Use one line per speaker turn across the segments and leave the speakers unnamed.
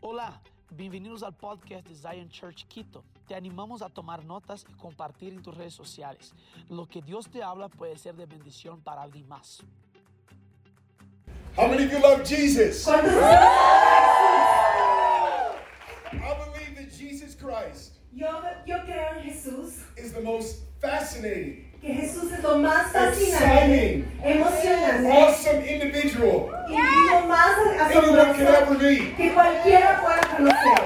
Hola, bienvenidos al podcast de Zion Church Quito. Te animamos a tomar notas y compartir en tus redes sociales. Lo que Dios te habla puede ser de bendición para alguien más.
How many of you love Jesus? I believe that Jesus Christ
Yo, yo creo en Jesús,
is the most fascinating,
que Jesús es lo más fascinante,
Exciting.
emocionante
awesome individual
y lo más
anyone can ever
asombroso
meet.
que cualquiera pueda conocer.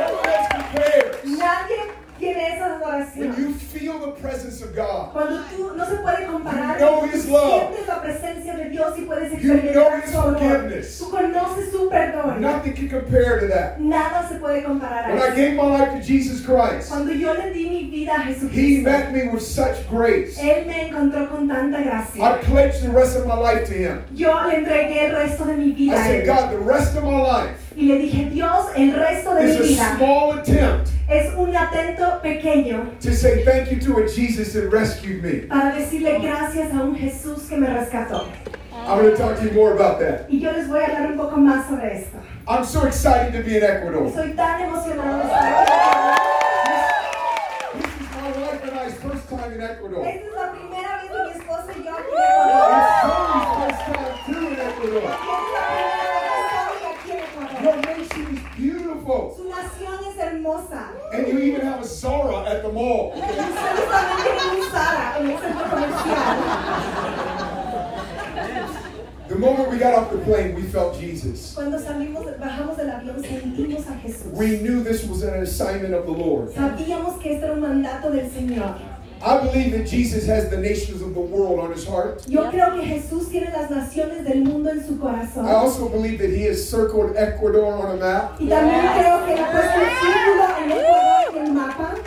No one else compares.
Nadie tiene esa
When
adoración.
you feel the presence of God,
Cuando tú no se puede comparar,
You know
cuando tú
his love.
sientes la presencia de Dios y puedes
know
experimentar
his
su amor.
forgiveness.
Tú conoces su perdón.
nothing can compare to that.
Nada se puede comparar
When
a
I
eso.
gave my life to Jesus Christ,
Cuando yo le di mi vida a
He
Jesucristo,
met me with such grace.
Él me encontró con tanta gracia.
I pledged the rest of my life to Him.
Yo le entregué el resto de mi
I
vida a
said,
Él.
God, the rest of my life
Y le dije, Dios, el resto de
is
mi
a
vida
small attempt
es un atento pequeño
to say thank you to a Jesus that rescued me.
para decirle gracias a un Jesús que me rescató.
I'm going to talk to you more about that.
Y yo les voy a hablar un poco más sobre esto.
I'm so excited to be in Ecuador.
Soy tan emocionada. de estar
This is my wife and I's first time in Ecuador.
aquí.
It's
Esta es la primera vez que mi esposa y yo aquí en Ecuador.
Tony's first time too in Ecuador.
Y esta es la primera vez que estoy aquí en Ecuador.
Your nation is beautiful.
Su nación es hermosa.
And you even have a Zara at the mall.
Y ustedes también tienen un Zara en el centro comercial.
The moment we got off the plane, we felt Jesus.
Cuando salimos, bajamos del avión, sentimos a Jesús.
We knew this was an assignment of the Lord.
Sabíamos que este era un mandato del Señor.
I believe that Jesus has the nations of the world on his heart.
Yo creo que Jesús tiene las naciones del mundo en su corazón.
I also believe that he has circled Ecuador on a map.
Y también creo que le ha puesto el círculo en Ecuador en el mapa.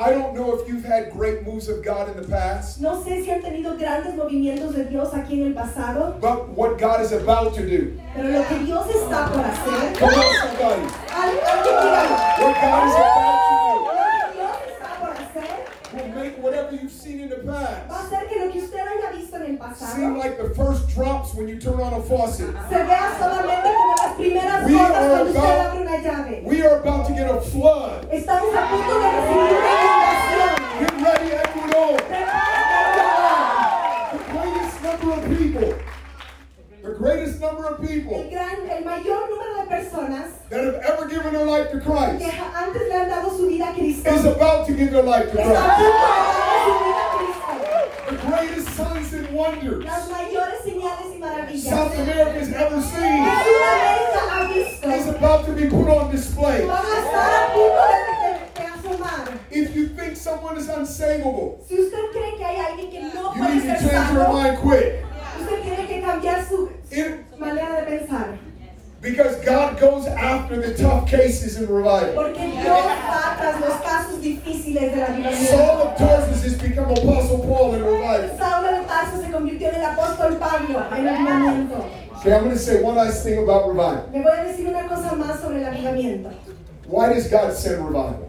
I don't know if you've had great moves of God in the past.
No sé si han tenido grandes movimientos de Dios aquí en el pasado,
But what God is about to do.
pero lo que Dios está por hacer,
Come on, somebody.
al- alguien diga,
What God is about
lo que Dios está por hacer
to do will make whatever you've seen in the
va a
past
ser que lo que usted haya visto en el
seem
pasado
like the first drops when you turn on a faucet.
se vea solamente como las primeras
We
gotas
are
cuando usted
about-
abre una llave.
We are about to get a flood.
Estamos a punto de recibir una inundación.
Get ready, Ecuador.
El
The greatest number of people, the greatest number of people
gran, el mayor número de personas
that have ever given their life to
que
Christ
ja- antes le han dado su vida a Cristo
is about to give their life to
está a punto
Christ.
de darle su vida a Cristo.
The greatest signs and wonders
Las mayores señales y maravillas
South
que
America's ever seen
Sudamérica ha
is
visto
about to be put on display.
van a estar a punto de, de, de asomar.
If you think someone is unsavable,
Si usted cree que hay alguien que no
you need to
puede ser
change your
salvo,
mind quick.
usted tiene que cambiar su,
It-
su manera de pensar.
because God goes after the tough cases in revival.
Porque Dios va tras los casos difíciles de la vida.
Saul of Tarsus has become Apostle Paul in revival.
Saulo de Tarso se convirtió en el apóstol Pablo en el momento.
Okay, I'm going to say one last thing about revival.
Le voy a decir una cosa más sobre el avivamiento.
Why does God send revival?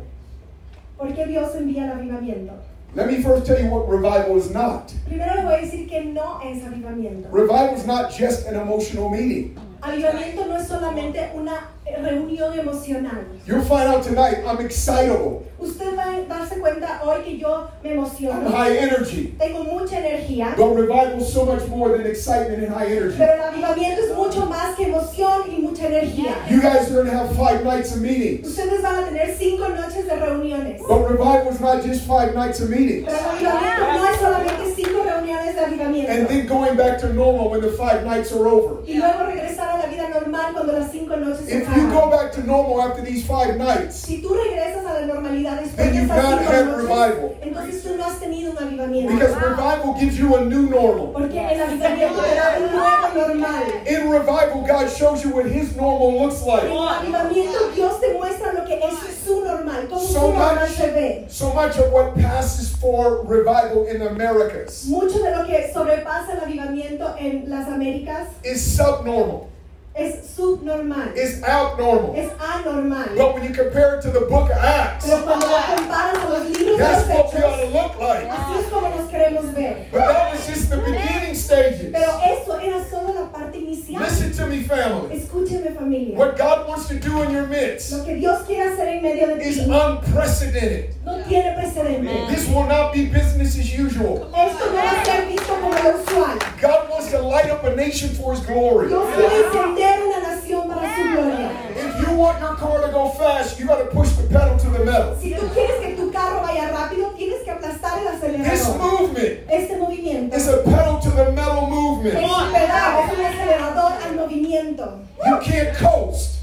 ¿Por qué Dios envía el avivamiento?
Let me first tell you what revival is not.
Primero le voy a decir que no es avivamiento.
Revival is not just an emotional meeting.
Avivamiento no es solamente una reunión emocional.
You'll find out tonight I'm excitable,
Usted va a darse cuenta hoy que yo me
I'm
emociono.
high energy.
Tengo mucha energía.
But revival is so much more than excitement and high energy.
Pero el avivamiento es mucho más que emoción y mucha energía.
You guys are going to have five nights of meetings.
Ustedes van a tener cinco noches de reuniones.
But revival is not just five nights of meetings
Pero el avivamiento no es solamente cinco reuniones de
and
avivamiento.
then going back to normal when the five nights are over.
y luego regresar a la vida normal cuando las cinco noches se
If you
acaban.
go back to normal after these five nights,
Si tú regresas a la normalidad después
Then
de
you've
esas
not
cinco
had
noches,
revival.
entonces tú no has tenido un avivamiento.
because revival gives you a new normal.
Porque el avivamiento te da un nuevo normal.
In revival, God shows you what His normal looks
En
like.
el avivamiento Dios te muestra lo que es su normal, cómo
So
su normal
much,
se ve.
so much of what passes for revival in the Americas
Mucho de lo que sobrepasa el avivamiento en las Américas
is subnormal,
es subnormal,
is outnormal.
es anormal.
But when you compare it to the book of Acts,
Pero cuando lo comparas con los libros de
that's
los
what we ought to
hechos,
look like.
así es como nos queremos ver.
But that was just the beginning stages.
Pero eso era solo la parte inicial.
Listen to me, family.
Escúcheme familia.
What God wants to do in your midst
Lo que Dios quiere hacer en medio de
is
ti
unprecedented.
no tiene precedente.
This will not be business as usual.
Esto no va a ser visto como lo usual.
God wants to light up a nation for His glory.
Dios quiere encender una nación para su gloria.
If you want your car to go fast, you got to push the pedal to the metal.
Si tú quieres que tu carro vaya rápido, tienes que aplastar el
This
acelerador.
movement
Este movimiento
is
es
a pedal to the metal movement.
un pedal, es un acelerador al movimiento.
You can't coast.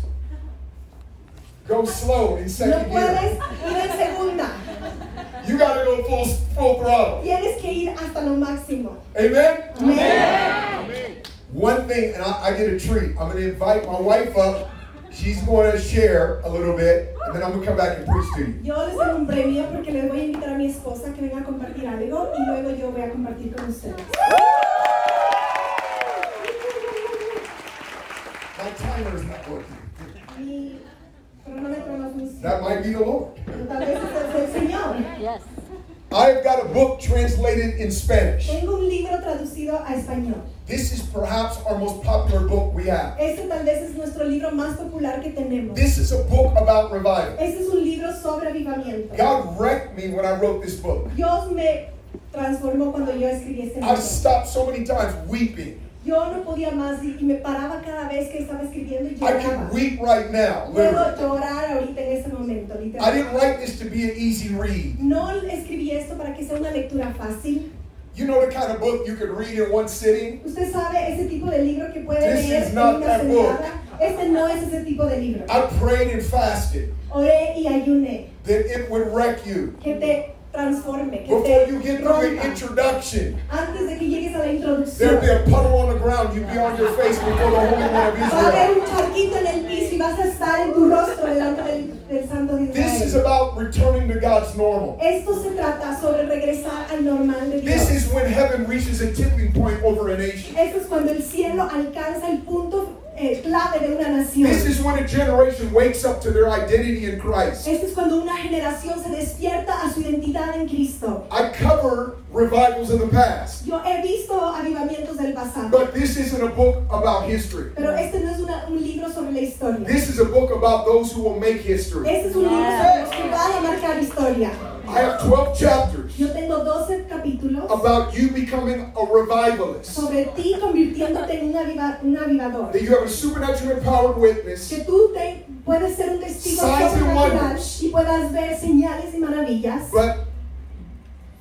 Go slow in
No
second
puedes
gear.
ir en segunda.
You got to go full, full throttle.
Tienes que ir hasta lo máximo.
Amen?
Amén.
One thing, and I, I get a treat. I'm going to invite my wife up. She's going to share a little bit, and then I'm going to come back and preach to you.
Yo les doy un premio porque les voy a invitar a mi esposa que venga a compartir algo y luego yo voy a compartir con ustedes.
My timer is not working.
Mi cronómetro no funciona.
That might be the Lord.
Tal vez es el Señor.
Yes.
I've got a book translated in Spanish.
Tengo un libro traducido a español.
This is perhaps our most popular book we have.
Este tal vez es nuestro libro más popular que tenemos.
This is a book about revival.
Este es un libro sobre avivamiento.
God wrecked me when I wrote this book.
Dios me transformó cuando yo escribí este
I've
libro.
stopped so many times weeping.
Yo no podía más y y me paraba cada vez que estaba escribiendo y
I can
lloraba.
weep right now.
Puedo
Literally.
llorar ahorita en este momento,
I
literalmente.
didn't write this to be an easy read.
No escribí esto para que sea una lectura fácil.
You know the kind of book you could read in one sitting?
Usted sabe ese tipo de libro que puede
This
leer
is
en
not
una
that book.
sentada. Este no es ese tipo de libro.
I prayed and fasted
Oré y ayuné
that it would wreck you.
que te transforme, que
Before you
te
get through an
rompa.
introduction,
Antes de que llegues a la
there'd
introducción,
be a puddle on the ground. You'd be on your face before the Holy One of
va a haber
Israel.
un charquito en el piso y vas a estar en tu rostro delante del, del Santo de
This is
Israel.
about returning to God's normal.
Esto se trata sobre regresar al normal de Dios.
This is when heaven reaches a tipping point over a nation.
Esto es cuando el cielo alcanza el punto eh, clave de una nación.
This is when a generation wakes up to their identity in Christ.
Esto Este es cuando una generación se despierta a su identidad en Cristo.
I cover revivals in the past,
Yo he visto avivamientos del pasado,
but this isn't a book about history.
pero este no es una- un libro sobre la historia.
This is a book about those who will make history.
Este es un libro sobre los que van a marcar historia.
I have 12 chapters
Yo tengo 12 capítulos
about you becoming a revivalist,
sobre ti convirtiéndote en un, aviva- un avivador.
that you have a supernatural empowered witness,
Que tú te- puedes ser un testigo
Signs and
sobrenatural
wonders.
y puedas ver señales y maravillas.
but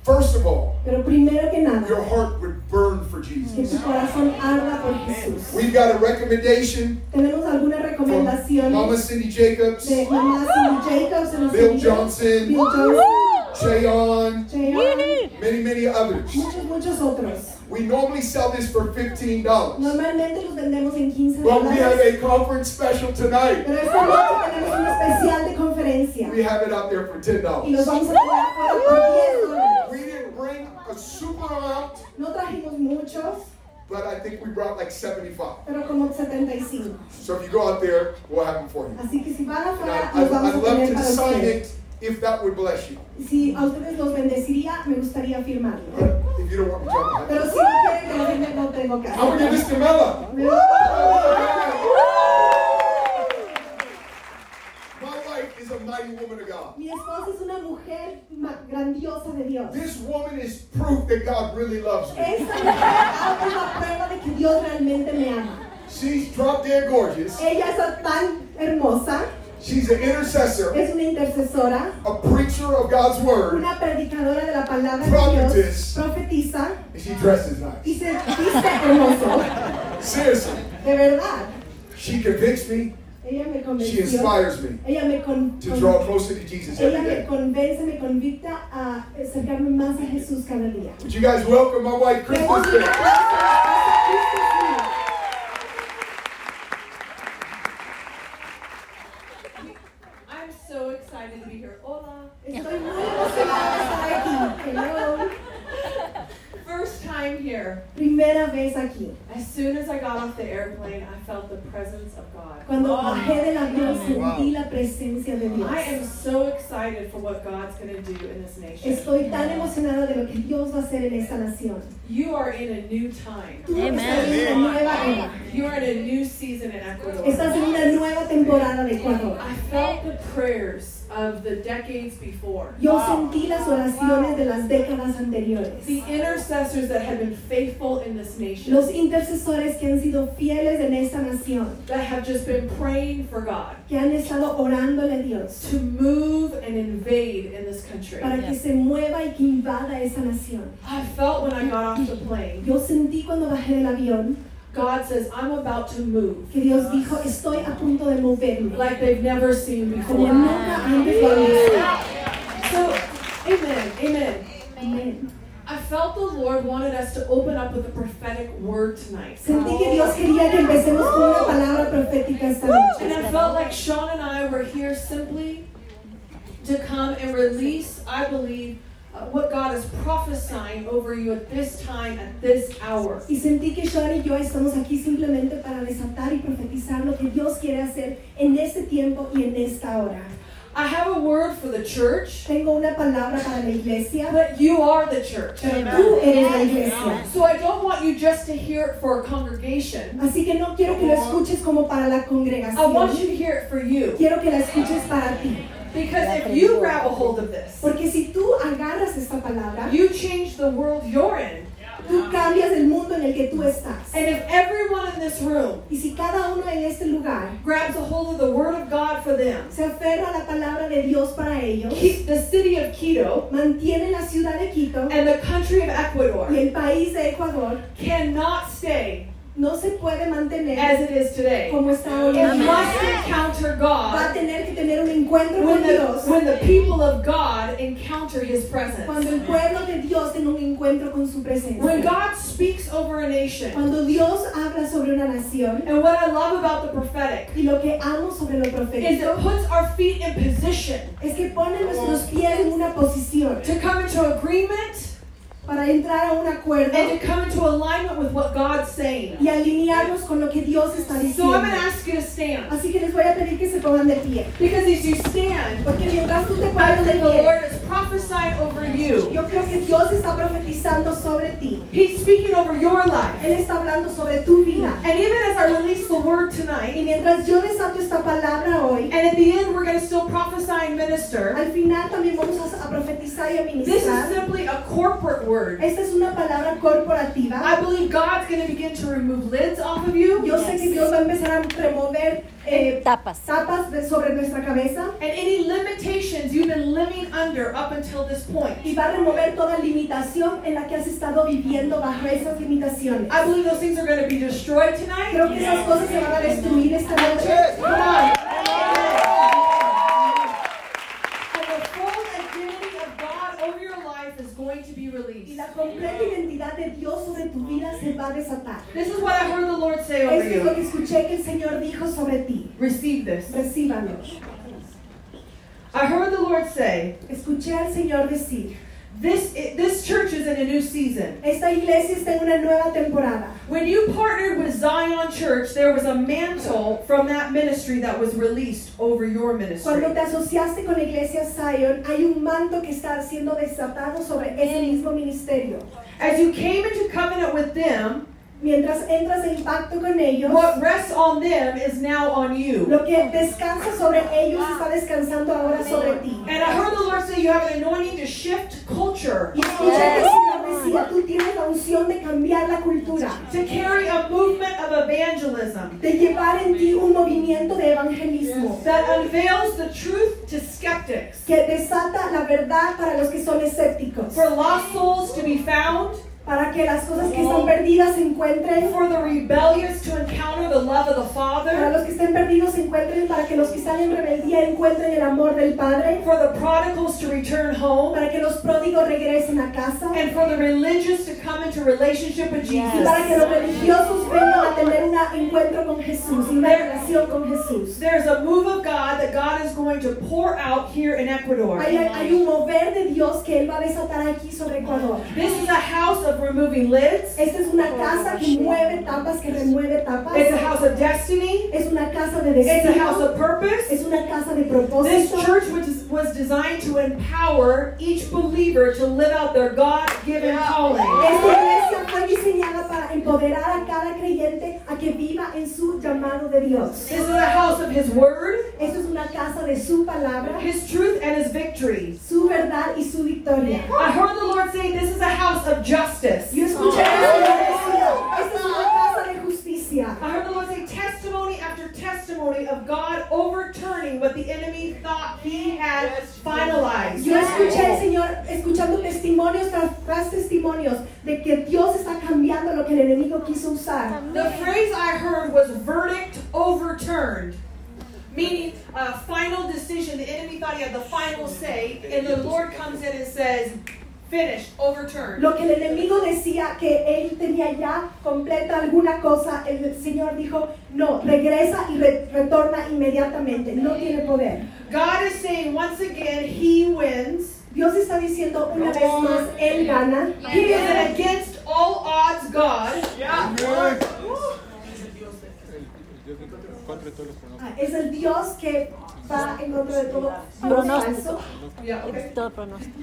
first of all,
Pero primero que
your
nada,
heart would burn for
que
Jesus.
tu corazón arda por Jesús.
We've got a recommendation
Tenemos algunas
from Mama
recomendaciones
Cindy Jacobs,
de mamá Cindy Jacobs, de los
Bill
amigos,
Johnson.
Bill Johnson,
Cheon,
J.R.,
many, many others.
muchos, muchos otros.
We normally sell this for $15,
Normalmente los vendemos en 15
but we have
dólares,
a conference special tonight.
pero esta noche tenemos un especial de conferencia
We have it out there for ten
y los
dollars.
vamos a tener fuera por 10 dólares.
We didn't bring a super amount,
No trajimos muchos,
but I think we brought like seventy-five.
pero como 75.
So if you go out there, we'll have them for you.
Así que si van
And
afuera,
I, would
los vamos a
love
tener
to
para
sign
ustedes.
it if that would bless you.
Si a ustedes los bendeciría, me gustaría firmarlo.
But if you don't want me to,
Pero si no quieren que lo firme, no tengo
I'm gonna give
caso.
this to Mela. My wife is a mighty woman of God.
Mi esposa es una mujer ma- grandiosa de Dios.
This woman is proof that God really loves me.
Esta mujer ah, es la prueba de que Dios realmente me ama.
She's drop dead gorgeous.
Ella es tan hermosa,
She's an intercessor,
es una intercesora,
a preacher of God's word,
una predicadora de la palabra de Dios,
Prophetess.
profetiza
and she dresses
y
nice.
se viste hermoso.
Seriously,
De verdad,
she convicts me.
ella me
She
convenció.
inspires me
Ella me, con-
to
con-
draw closer to Jesus
ella
every
me
day.
convence, me convicta a acercarme más a Jesús cada día.
Would you guys welcome my wife, Crystal?
Demos un
Smith?
aplauso a Cristo Señor.
I'm so excited to be here. Hola.
Estoy muy emocionada de estar aquí. Hello.
First time here.
Primera vez aquí.
I As soon as I got off the airplane, I felt the presence of God.
Cuando bajé del avión
Wow.
sentí la presencia de Dios.
I am so excited for what God's going to do in this nation.
Estoy tan emocionada de lo que Dios va a hacer en esta nación.
You are in a new time.
Tú estás en una nueva era.
You're in a new season in Ecuador.
Estás en una nueva temporada de Ecuador.
I felt the prayers of the decades before.
Yo sentí las oraciones de las décadas anteriores.
The intercessors that have been faithful in this nation,
Los intercesores que han sido fieles en esta nación,
that have just been praying for God
que han estado orándole a Dios
to move and invade in this country.
para que se mueva y que invada esa nación.
I felt when I got off the plane,
Yo sentí cuando bajé del avión
God says, I'm about to move
que Dios dijo, estoy a punto de moverme.
like they've never seen
Como
before.
nunca antes lo había visto.
So, amen, amen.
Amén.
I felt the Lord wanted us to open up with a prophetic word tonight.
Sentí que Dios quería que empecemos con una palabra profética esta
And
noche.
I felt like Sean and I were here simply to come and release, I believe, uh, what God is prophesying over you at this time, at this hour.
Y sentí que Sean y yo estamos aquí simplemente para desatar y profetizar lo que Dios quiere hacer en este tiempo y en esta hora.
I have a word for the church,
Tengo una palabra para la iglesia,
but you are the church.
pero tú eres la iglesia.
So I don't want you just to hear it for a congregation.
Así que no quiero que lo escuches como para la
I want you
congregación.
to hear it for you.
Quiero que la escuches para ti.
Because if you grab a hold of this,
Porque si tú agarras esta palabra,
you change the world you're in.
tú cambias el mundo en el que tú estás.
And if everyone in this room
Y si cada uno en este lugar
grabs a hold of the word of God for them,
se aferra a la palabra de Dios para ellos,
keep the city of Quito
mantiene la ciudad de Quito
and the country of
y
Ecuador
el país de Ecuador
cannot stay
no se puede mantener
as it is today.
como está hoy.
It must
Va
encounter
a
God
tener que tener un encuentro
when
con
the,
Dios
when the people of God encounter His
cuando
presence.
el pueblo de Dios tenga un encuentro con su
When
presencia.
God speaks over a nation.
Cuando Dios habla sobre una nación
And what I love about the prophetic
y lo que amo sobre lo
is it
profético
puts our feet in position
es que pone nuestros pies en una posición
to come into agreement
para entrar a un acuerdo
and to come into alignment with what God's saying.
y alinearnos con lo que Dios está
So
diciendo.
I'm going to ask you to stand.
Así que les voy a pedir que se pongan de pie.
Because as you stand,
Porque mientras tú te
I
pones de
believe the
pie,
Lord is prophesying over you.
yo creo que Dios está profetizando sobre ti.
He's speaking over your life.
Él está hablando sobre tu vida.
And even as I release the word
Y
tonight,
mientras yo desato esta palabra hoy,
and at the end we're going to still prophesy and minister,
al final también vamos a a profetizar y a
this is
ministrar.
simply a corporate word.
Esta es una palabra corporativa.
I believe God's going to begin to remove lids off of you
Yo sé que Dios va a empezar a remover eh,
Tapas.
tapas de- sobre nuestra cabeza
and any limitations you've been living under up until this point.
y va a remover toda limitación en la que has estado viviendo bajo esas limitaciones.
I believe those things are going to be destroyed tonight.
Creo que esas cosas se van a destruir esta noche.
Come on. And the full identity of God over your life is going to be
Y
released.
la completa identidad de Dios sobre tu vida se va a desatar.
This is what I heard the Lord say over
Eso es lo
you.
que escuché que el Señor dijo sobre ti.
Receive this.
Recíbalo.
I heard the Lord say,
Escuché al Señor decir,
this, it- this church is in a new season.
esta iglesia está en una nueva temporada.
When you partnered with Zion Church, there was a mantle from that ministry that was released over
Cuando
your ministry.
te asociaste con la iglesia Zion, hay un manto que está siendo desatado sobre ese mismo ministerio.
As you came into covenant with them,
Mientras entras en pacto con ellos,
what rests on them is now on you.
lo que descansa sobre ellos está descansando ahora sobre ti.
And I heard the Lord say you have an anointing to shift culture,
Y escuché que el Señor decía, tú tienes la unción de cambiar la cultura.
to carry a movement of evangelism
de llevar en ti un movimiento de evangelismo
that unveils the truth to skeptics,
que desata la verdad para los que son escépticos,
for lost souls to be found,
para que las cosas que están perdidas se encuentren,
for the rebellious to encounter the love of the
para
Father,
los que estén perdidos se encuentren, para que los que están en rebeldía encuentren el amor del Padre,
for the prodigals to return home,
para que los pródigos regresen a casa
and for the religious to come into relationship with
y
Jesus.
para que los religiosos vengan a tener un encuentro con Jesús y una relación con Jesús.
There's a move of God that God is going to pour out here in Ecuador.
Hay, hay un mover de Dios que Él va a desatar aquí sobre Ecuador.
This is a house of of removing lids.
Esta es una casa que mueve tapas, que remueve tapas.
It's a house of destiny.
Es una casa de
It's a house of
destino. Es
purpose.
una casa de
This
propósito.
church was, was designed to empower each believer to live out their God-given calling.
Esta iglesia fue diseñada para empoderar a cada creyente a que viva en su llamado de Dios.
This is a house of His Word,
Esta es una casa de su palabra,
His truth, and His victories.
su verdad y su victoria.
I heard the Lord say, "This is a house of justice."
Yo escuché eso y decía, esta es una casa de justicia.
I heard the Lord say, "Testimony after testimony of God overturning what the enemy thought He had finalized."
Yo escuché al Señor escuchando testimonios tras, tras testimonios de que Dios está cambiando lo que el enemigo quiso usar.
The phrase I heard was verdict overturned, meaning a final decision. The enemy thought he had the final say, and the Lord comes in and says, finished, overturned.
Lo que el enemigo decía que él tenía ya completa alguna cosa, el Señor dijo, no, regresa y re- retorna inmediatamente, no tiene poder.
God is saying once again, he wins.
Dios está diciendo una vez más, él gana.
He is an against all odds God.
Es el Dios que va en contra de todo lo falso.
Yeah, okay.
Todo pronóstico.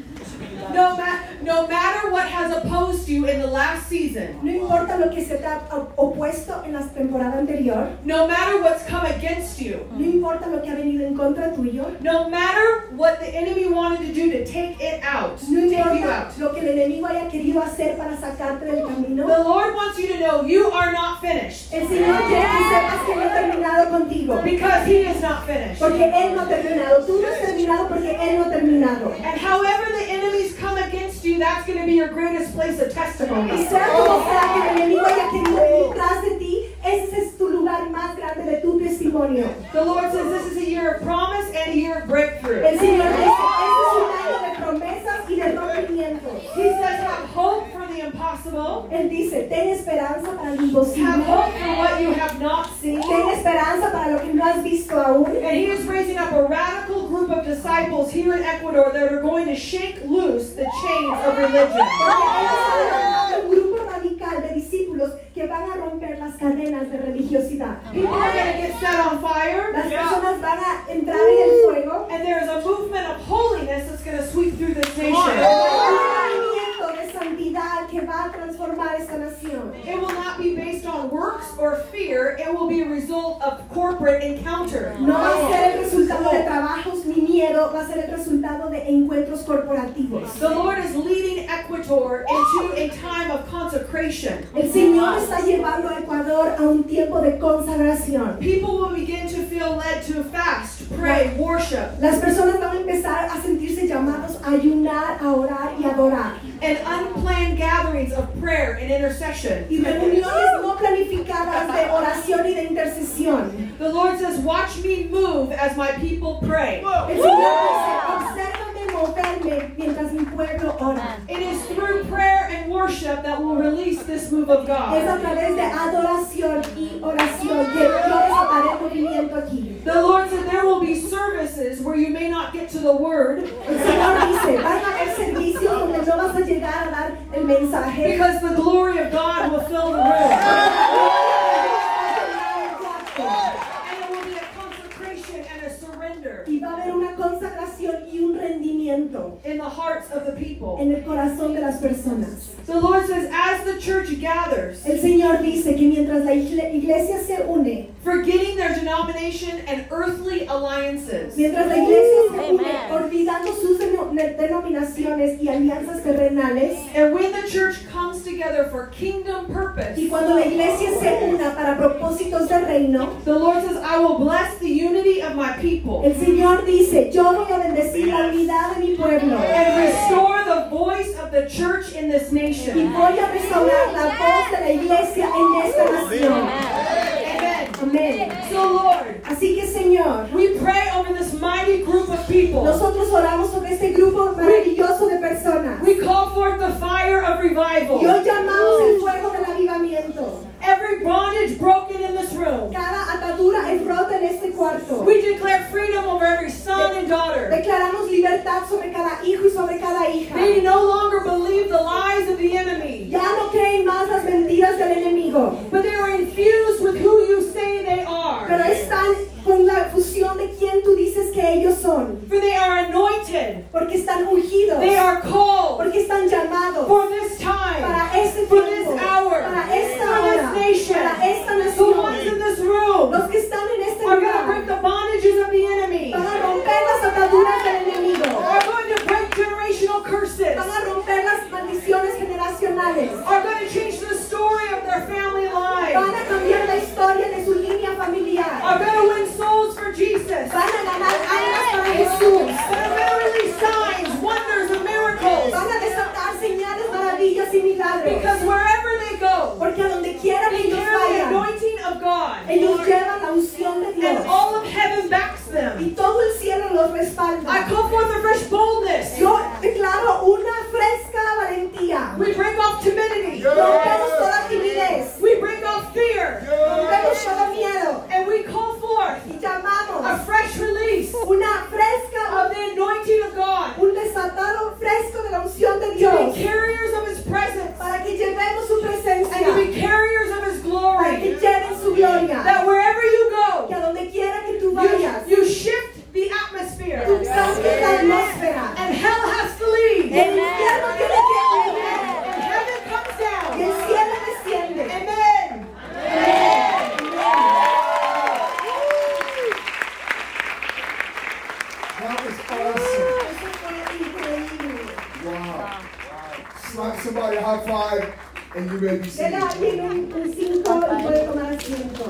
No, ma- no matter what has opposed you in the last season,
No importa lo que se te ha op- opuesto en la temporada anterior,
no matter what's come against you,
no importa lo que ha venido en contra tuyo,
no matter what the enemy wanted to do to take it out,
No
take you
importa
out.
lo que el enemigo haya querido hacer para sacarte del camino.
The Lord wants you to know you are not finished
El Señor quiere que sepas que no ha terminado contigo.
because He is not finished.
Porque Él no ha terminado. Tú no has terminado porque Él no ha terminado.
And however the enemies come against you, that's going to be your greatest place of
Y
testimony.
sea como sea que el enemigo haya querido ir tras de ti, ese es tu lugar más grande de tu testimonio.
The Lord says this is a year of promise and a year of
El
breakthrough.
Señor dice, este es un año de promesas y de rompimiento.
He says, have hope for the impossible,
Él dice, ten esperanza para lo
have
imposible.
hope for what you have not seen.
Ten esperanza para lo que no has visto aún.
And He is raising up a radical group of disciples here in Ecuador that are going to shake loose the chains of religion.
Porque Él está levantando un grupo radical de discípulos que van a romper las cadenas de religiosidad.
People are going to get set on fire.
Las personas van a entrar en el fuego.
And there is a movement of holiness that's going to sweep through this
Hay
nation.
Un movimiento de santidad que va a transformar esta nación.
It will not be based on works or fear. It will be a result of corporate encounter.
No va a ser el resultado de trabajos ni miedo, va a ser el resultado de encuentros corporativos.
The Lord is leading Ecuador into a time of consecration.
El Señor está llevando a Ecuador a un tiempo de consagración.
People will begin to feel led to fast, pray, worship,
Las personas van a empezar a sentirse llamados a ayunar, a orar y a adorar.
and unplanned gatherings of prayer and intercession.
y reuniones no planificadas de oración y de intercesión.
The Lord says, Watch me move as my people pray.
El Señor dice, obsérvame moverme mientras mi pueblo ora.
It is through prayer and worship that will release this move of God.
Es a través de adoración y oración que yo desataré el movimiento aquí.
The Lord said there will be services where you may not get to the word
El Señor dice, van a haber servicios donde no vas a llegar a dar el mensaje.
because the glory of God will fill the room. And it will be a consecration and a surrender
Y va a haber una consagración y un rendimiento
in the hearts of the people.
en el corazón de las personas.
The Lord says, as the church gathers,
El Señor dice que mientras la igle- iglesia se une,
forgetting their denomination and earthly alliances,
Mientras la iglesia se une,
Amen.
olvidando sus deno- de- denominaciones y alianzas terrenales,
and when the church comes together for kingdom purpose,
y cuando la iglesia se una para propósitos de reino,
the Lord says, I will bless the unity of my people
el Señor dice, yo voy a bendecir la unidad de mi pueblo
and restore the voice of the church in this
y
nation.
voy a restaurar la voz de la iglesia en esta nación.
Amen.
Amén.
So, Lord,
Así que Señor,
we pray over this mighty group of people.
nosotros oramos sobre este grupo maravilloso de personas.
We call forth the fire of
Y hoy
revival.
llamamos el fuego del avivamiento.
Every bondage broken in this room.
Cada atadura es rota en este cuarto.
We declare freedom over every son and daughter.
Declaramos libertad sobre cada hijo y sobre cada hija.
They no longer believe the lies of the enemy.
Ya son,
For they are anointed.
porque están ungidos,
They are called
porque están llamados
for this time,
para este
for
tiempo,
this hour,
para esta hora,
for this
para esta
nation. The ones in
nación.
this room
Los que están en este
are going to
lugar
break the bondages of the enemy.
van a romper las ataduras del enemigo,
Are going to break generational
van
curses.
a romper las maldiciones generacionales,
Are going to change the story of their family
van
lives.
a cambiar la historia de su línea familiar,
Are going to win souls for Jesus.
van a ganar almas para Jesús,
That are going to release signs, wonders, and miracles.
van a desatar señales, maravillas y milagros,
Because wherever they go,
porque a donde quiera que
they
ellos
carry the
vayan,
anointing of God.
Ellos llevan la unción de Dios.
And all of heaven backs
Y
them.
todo el cielo los respalda.
I call forth a fresh boldness.
Yo declaro una fresca valentía.
We break off timidity.
Rompemos toda timidez.
We break off fear.
Rompemos todo miedo.
And we call forth
Y
a
llamamos
fresh release
una fresca,
of the anointing of God.
un desatado fresco de la unción de
To
Dios.
be carriers of His presence.
Para que llevemos su
And to
presencia.
be carriers of His
Para que
glory.
lleven su gloria.
That wherever you
Que
go,
a donde quiera que tú vayas,
you, you shift the
tú
atmosphere.
cambies la atmósfera.
And hell has to leave.
El infierno tiene que huir.
And heaven comes
Y el
down.
cielo desciende.
Amen.
That was
Eso fue increíble.
awesome. Wow. Slap somebody a high five and you may be
Dele a
seated.
alguien un 5 y puede tomar asiento.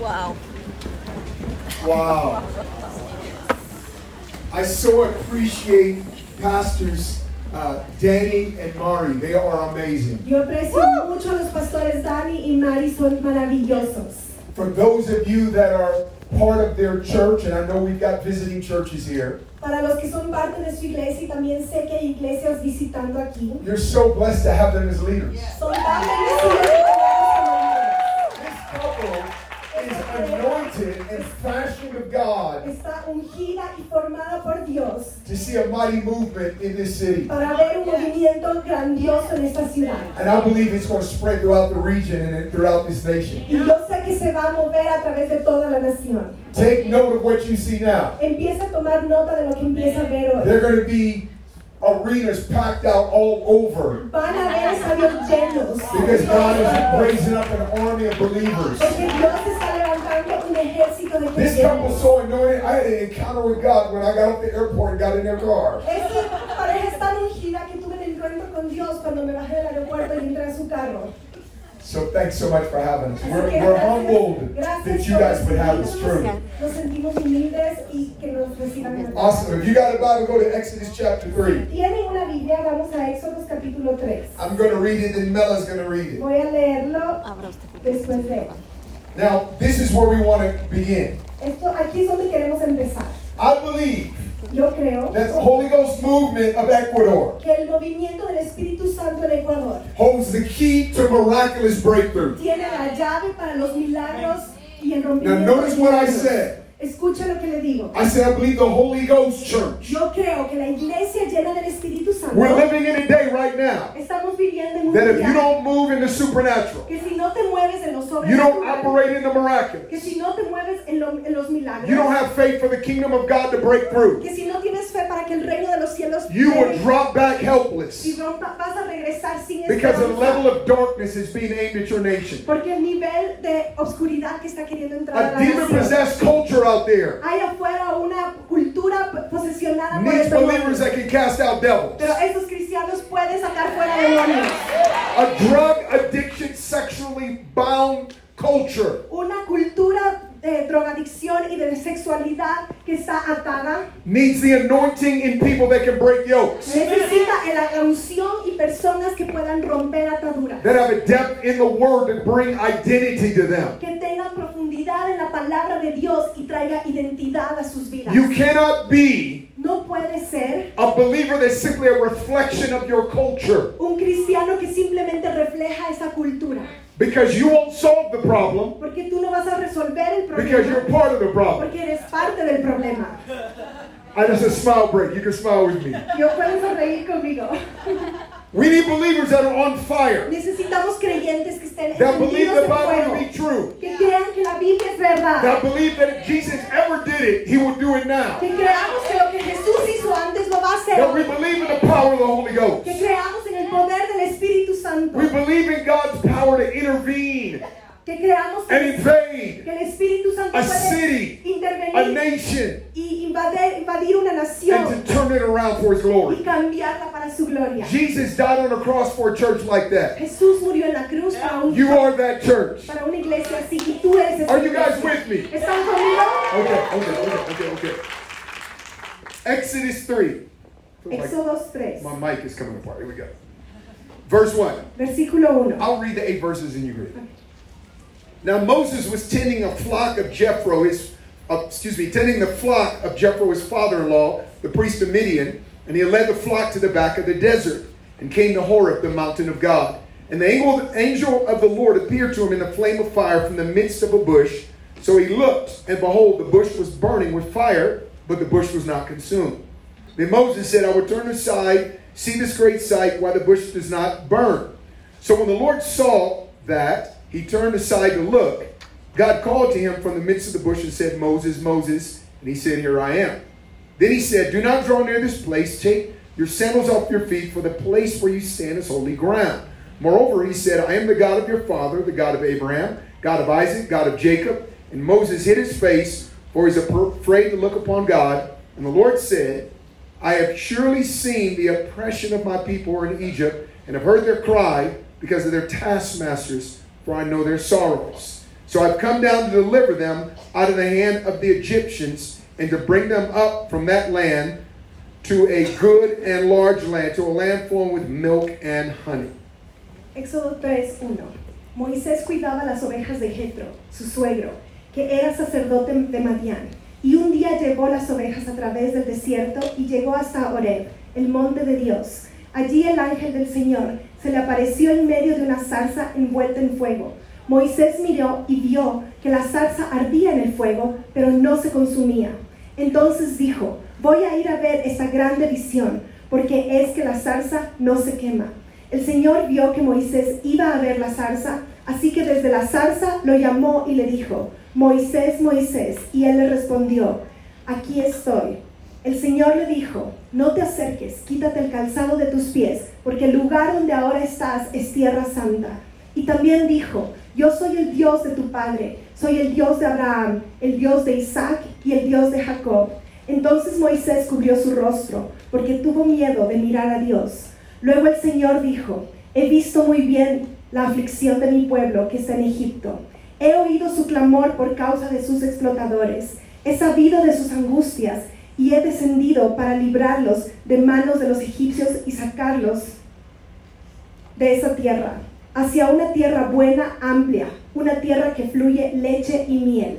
Wow.
Wow. I so appreciate pastors uh, Danny and Mari. They are amazing.
Yo aprecio mucho a los pastores Dani y Mari, son maravillosos.
For those of you that are part of their church, and I know we've got visiting churches here,
Para los que son parte de su iglesia y también sé que hay iglesias visitando aquí,
you're so blessed to have them as leaders.
son tan bendecidos de tenerlos como líderes.
This couple is anointed and fashioned of God
Está ungida y formada por Dios
to see a mighty movement in this city.
para ver un movimiento grandioso en esta ciudad.
And I believe it's going to spread throughout the region and throughout this nation.
Y yo sé que se va a mover a través de toda la nación.
Take note of what you see now.
Empieza a tomar nota de lo que empieza a ver hoy.
They're going to be arenas packed out all over
Van a ver estadios llenos.
because God is raising up an army of believers.
Porque Dios está levantando un ejército de
This couple's
creyentes.
so anointed. I had an encounter with God when I got off the airport and got in their car.
Esta pareja es tan ungida que tuve un encuentro con Dios cuando me bajé del aeropuerto y entré a su carro.
So thanks so much for having us.
Así
We're,
que
we're
gracias-
humbled
gracias
that you
por
guys would have this
recibirnos.
truth.
Nos sentimos humildes y que nos reciban en el
Awesome. If you got a Bible, go to Exodus chapter 3.
Tienen una Biblia, vamos a Éxodos capítulo 3.
I'm going to read it, then Mela's going to read it.
Voy a leerlo
Abra usted.
después de él.
Now, this is where we want to begin.
Esto, aquí es donde queremos empezar.
I believe
Yo creo
that the Holy Ghost movement of Ecuador
que el movimiento del Espíritu Santo en Ecuador
holds the key to miraculous breakthrough.
tiene la llave para los milagros y el
Now,
rompimiento.
notice
de
what I
milagros.
said.
Escucha lo que le digo.
I said, I believe the Holy Ghost Church.
Yo creo que la iglesia llena del Espíritu Santo
We're living in a day right now
estamos viviendo en un
that if you
día
don't move in the supernatural,
que si no te mueves en los
you don't
sobrenatural,
operate in the
que
miraculous,
si no te mueves en, lo- en los milagros,
you don't have faith for the kingdom of God to break through,
que si no tienes fe para que el reino de los cielos
you will
llegue,
drop back
y
helpless
rompa- vas a regresar sin
because the
esperanza,
level of darkness is being aimed at your nation.
porque el nivel de obscuridad que está queriendo entrar a
A
la
demon
nación,
possessed culture out there
hay afuera una cultura posesionada por
needs
el demonio.
believers that can cast out devils.
Pero estos cristianos pueden sacar fuera demonios.
A drug addiction, sexually bound culture
Una cultura de drogadicción y de sexualidad que está atada
needs the anointing in people that can break yokes,
necesita la la unción y personas que puedan romper ataduras,
that have a depth in the word and bring identity to them.
que tengan profundidad en la palabra de Dios y traiga identidad a sus vidas.
You cannot be
No puede ser
a believer that's simply a reflection of your culture
un cristiano que simplemente refleja esa cultura,
because you won't solve the problem
porque tú no vas a resolver el
because you're
problema,
part of the problem.
porque eres parte del problema.
I just a smile break. You can smile with me.
Yo puedo sonreír conmigo.
We need believers that are on fire,
Necesitamos creyentes que estén
that believe
encendidos
the Bible
en fuego,
to be true,
que crean que la Biblia es hará.
that believe that if Jesus ever did it, he will do it now.
Que creamos que lo que Jesús hizo antes lo va a hacer.
That we believe in the power of the Holy Ghost.
Que creamos en el poder del Espíritu Santo.
We believe in God's power to intervene.
Que creamos
And
que
invade
el Espíritu Santo
A
puede
city. a
intervenir
nation
y invadir, invadir una
and
nación
to turn it around for his
y
glory.
cambiarla para su gloria.
Jesus died on a cross for a church like that.
Jesús murió en la cruz para, un-
You are that church.
para una iglesia así y tú eres esa
Are you guys
iglesia.
with me? Oh
¿Están conmigo?
Okay, okay, okay, okay, okay. Exodus 3. Feels like
Éxodo 3,
my mic is coming apart. Here we go. Verse 1.
versículo 1.
I'll read the eight verses and you read it. Now Moses was tending a flock of Jethro, his uh, excuse me, tending the flock of Jethro, his father-in-law, the priest of Midian, and he led the flock to the back of the desert and came to Horeb, the mountain of God. And the angel, angel of the Lord appeared to him in the flame of fire from the midst of a bush. So he looked, and behold, the bush was burning with fire, but the bush was not consumed. Then Moses said, I will turn aside, see this great sight, why the bush does not burn. So when the Lord saw that, he turned aside to look. God called to him from the midst of the bush and said, Moses, Moses. And he said, Here I am. Then he said, Do not draw near this place. Take your sandals off your feet, for the place where you stand is holy ground. Moreover, he said, I am the God of your father, the God of Abraham, God of Isaac, God of Jacob. And Moses hid his face, for he's afraid to look upon God. And the Lord said, I have surely seen the oppression of my people who are in Egypt, and have heard their cry because of their taskmasters, for I know their sorrows. So I've come down to deliver them out of the hand of the Egyptians, and to bring them up from that land to a good and large land, to a land flowing with milk and honey.
Éxodo 3, 1. Moisés cuidaba las ovejas de Jetro, su suegro, que era sacerdote de Madián. Y un día llevó las ovejas a través del desierto y llegó hasta Horeb, el monte de Dios. Allí el ángel del Señor se le apareció en medio de una zarza envuelta en fuego. Moisés miró y vio que la zarza ardía en el fuego, pero no se consumía. Entonces dijo, voy a ir a ver esta grande visión, porque es que la zarza no se quema. El Señor vio que Moisés iba a ver la zarza, así que desde la zarza lo llamó y le dijo, Moisés, Moisés, y él le respondió, aquí estoy. El Señor le dijo, no te acerques, quítate el calzado de tus pies, porque el lugar donde ahora estás es tierra santa. Y también dijo, yo soy el Dios de tu padre, soy el Dios de Abraham, el Dios de Isaac y el Dios de Jacob. Entonces Moisés cubrió su rostro, porque tuvo miedo de mirar a Dios. Luego el Señor dijo, he visto muy bien la aflicción de mi pueblo que está en Egipto. He oído su clamor por causa de sus explotadores. He sabido de sus angustias y he descendido para librarlos de manos de los egipcios y sacarlos de esa tierra, hacia una tierra buena, amplia, una tierra que fluye leche y miel.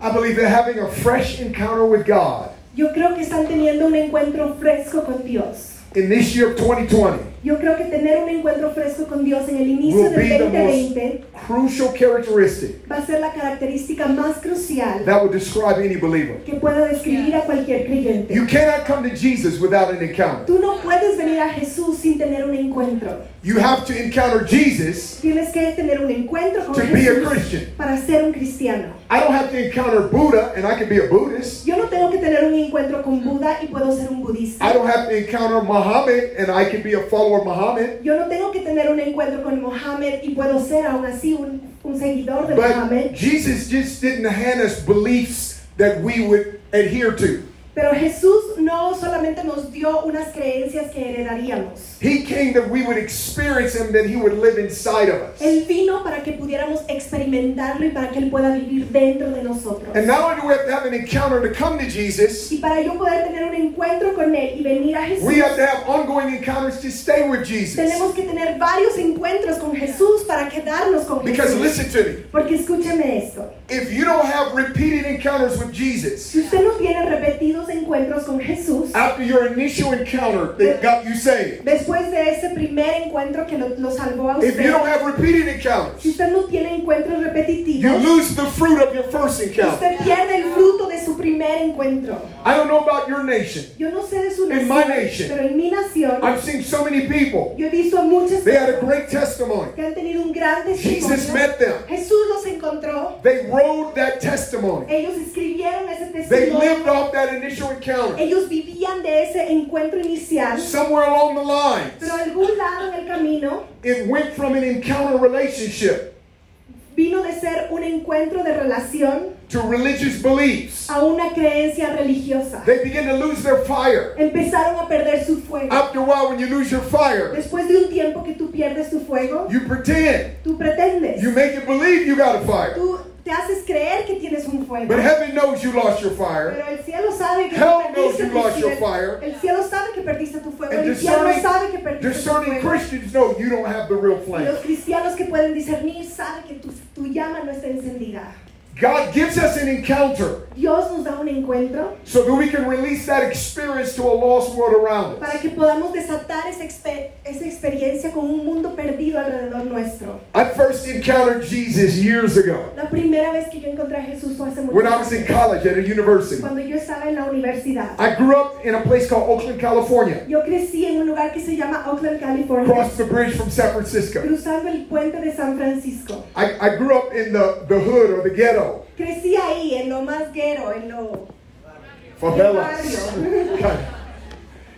I believe that having a fresh encounter with God
Yo creo que están teniendo un encuentro fresco con Dios.
in this year of 2020
Yo creo que tener un encuentro fresco con Dios en el inicio
will be the
del 2020
most crucial characteristic
va a ser la característica más crucial
that will describe any believer.
que pueda describir a cualquier creyente.
You cannot come to Jesus without an encounter.
Tú no puedes venir a Jesús sin tener un encuentro.
You have to encounter Jesus
Tienes que tener un encuentro con
to be a
Jesús
Christian.
para ser un cristiano.
I don't have to encounter Buddha and I can be a Buddhist.
Yo no tengo que tener un encuentro con Buda y puedo ser un budista.
I don't have to encounter Muhammad and I can be a follower of Muhammad.
Yo no tengo que tener un encuentro con Mohammed y puedo ser aún así un, un seguidor de
But
Mohammed.
Jesus just didn't hand us beliefs that we would adhere to.
Pero Jesús no solamente nos dio unas creencias que heredaríamos.
He came that we would experience him, that he would live inside of us.
Él vino para que pudiéramos experimentarlo y para que Él pueda vivir dentro de nosotros.
And not only do we have to have an encounter to come to Jesus,
Y para yo poder tener un encuentro con Él y venir a Jesús,
we have to have ongoing encounters to stay with Jesus.
tenemos que tener varios encuentros con Jesús para quedarnos con
Because
Jesús.
listen to me,
Porque escúcheme esto.
if you don't have repeated encounters with Jesus
Si usted no tiene repetidos encuentros con Jesús,
after your initial encounter that got you saved,
Después de ese primer encuentro que lo, lo salvó a
If
usted,
you don't have repeated
si
encounters,
usted no tiene encuentros
you
repetitivos,
lose the fruit of your first encounter.
usted pierde el fruto de su primer encuentro.
I don't know about your nation.
Yo no sé de su
In
nación,
my nation.
pero en mi nación,
I've seen so many people.
yo he visto a muchas
They had a
personas
great testimony.
que han tenido un gran
Jesus
testimonio.
met them.
Jesús los encontró.
up. They rode that testimony.
Ellos escribieron ese
They
testimonio.
lived off that initial encounter.
Ellos vivían de ese encuentro inicial.
Somewhere along the lines,
Pero algún lado en el camino
it went from an encounter relationship
vino de ser un encuentro de relación
to religious beliefs.
a una creencia religiosa.
They begin to lose their fire.
Empezaron a perder su fuego.
After a while, when you lose your fire,
Después de un tiempo que tú pierdes tu fuego,
you pretend.
tú pretendes.
You make it believe you got a fire.
Tú te haces creer que tienes un fuego.
But heaven knows you lost your fire.
Pero el cielo sabe que
Hell knows
perdiste
you
tu
lost your
cielo.
fire.
El cielo sabe que perdiste tu fuego.
And
El cielo
discerning,
sabe que perdiste tu
discerning
fuego.
Christians know you don't have the real
Y
flame.
Los cristianos que pueden discernir saben que tu, tu llama no está encendida.
God gives us an encounter
Dios nos da un encuentro
so that we can release that experience to a lost world around
para
us.
que podamos desatar esa, exper- esa experiencia con un mundo perdido alrededor nuestro.
I first encountered Jesus years ago
La primera vez que yo encontré a Jesús fue hace mucho
when I was in
tiempo,
college at a university.
cuando yo estaba en la universidad.
I grew up in a place called Oakland, California,
Yo crecí en un lugar que se llama Oakland, California,
across the bridge from San Francisco.
cruzando el puente de San Francisco.
I, I grew up in the, the hood or the ghetto,
Crecí ahí, en lo más guero, en lo...
favelas. God.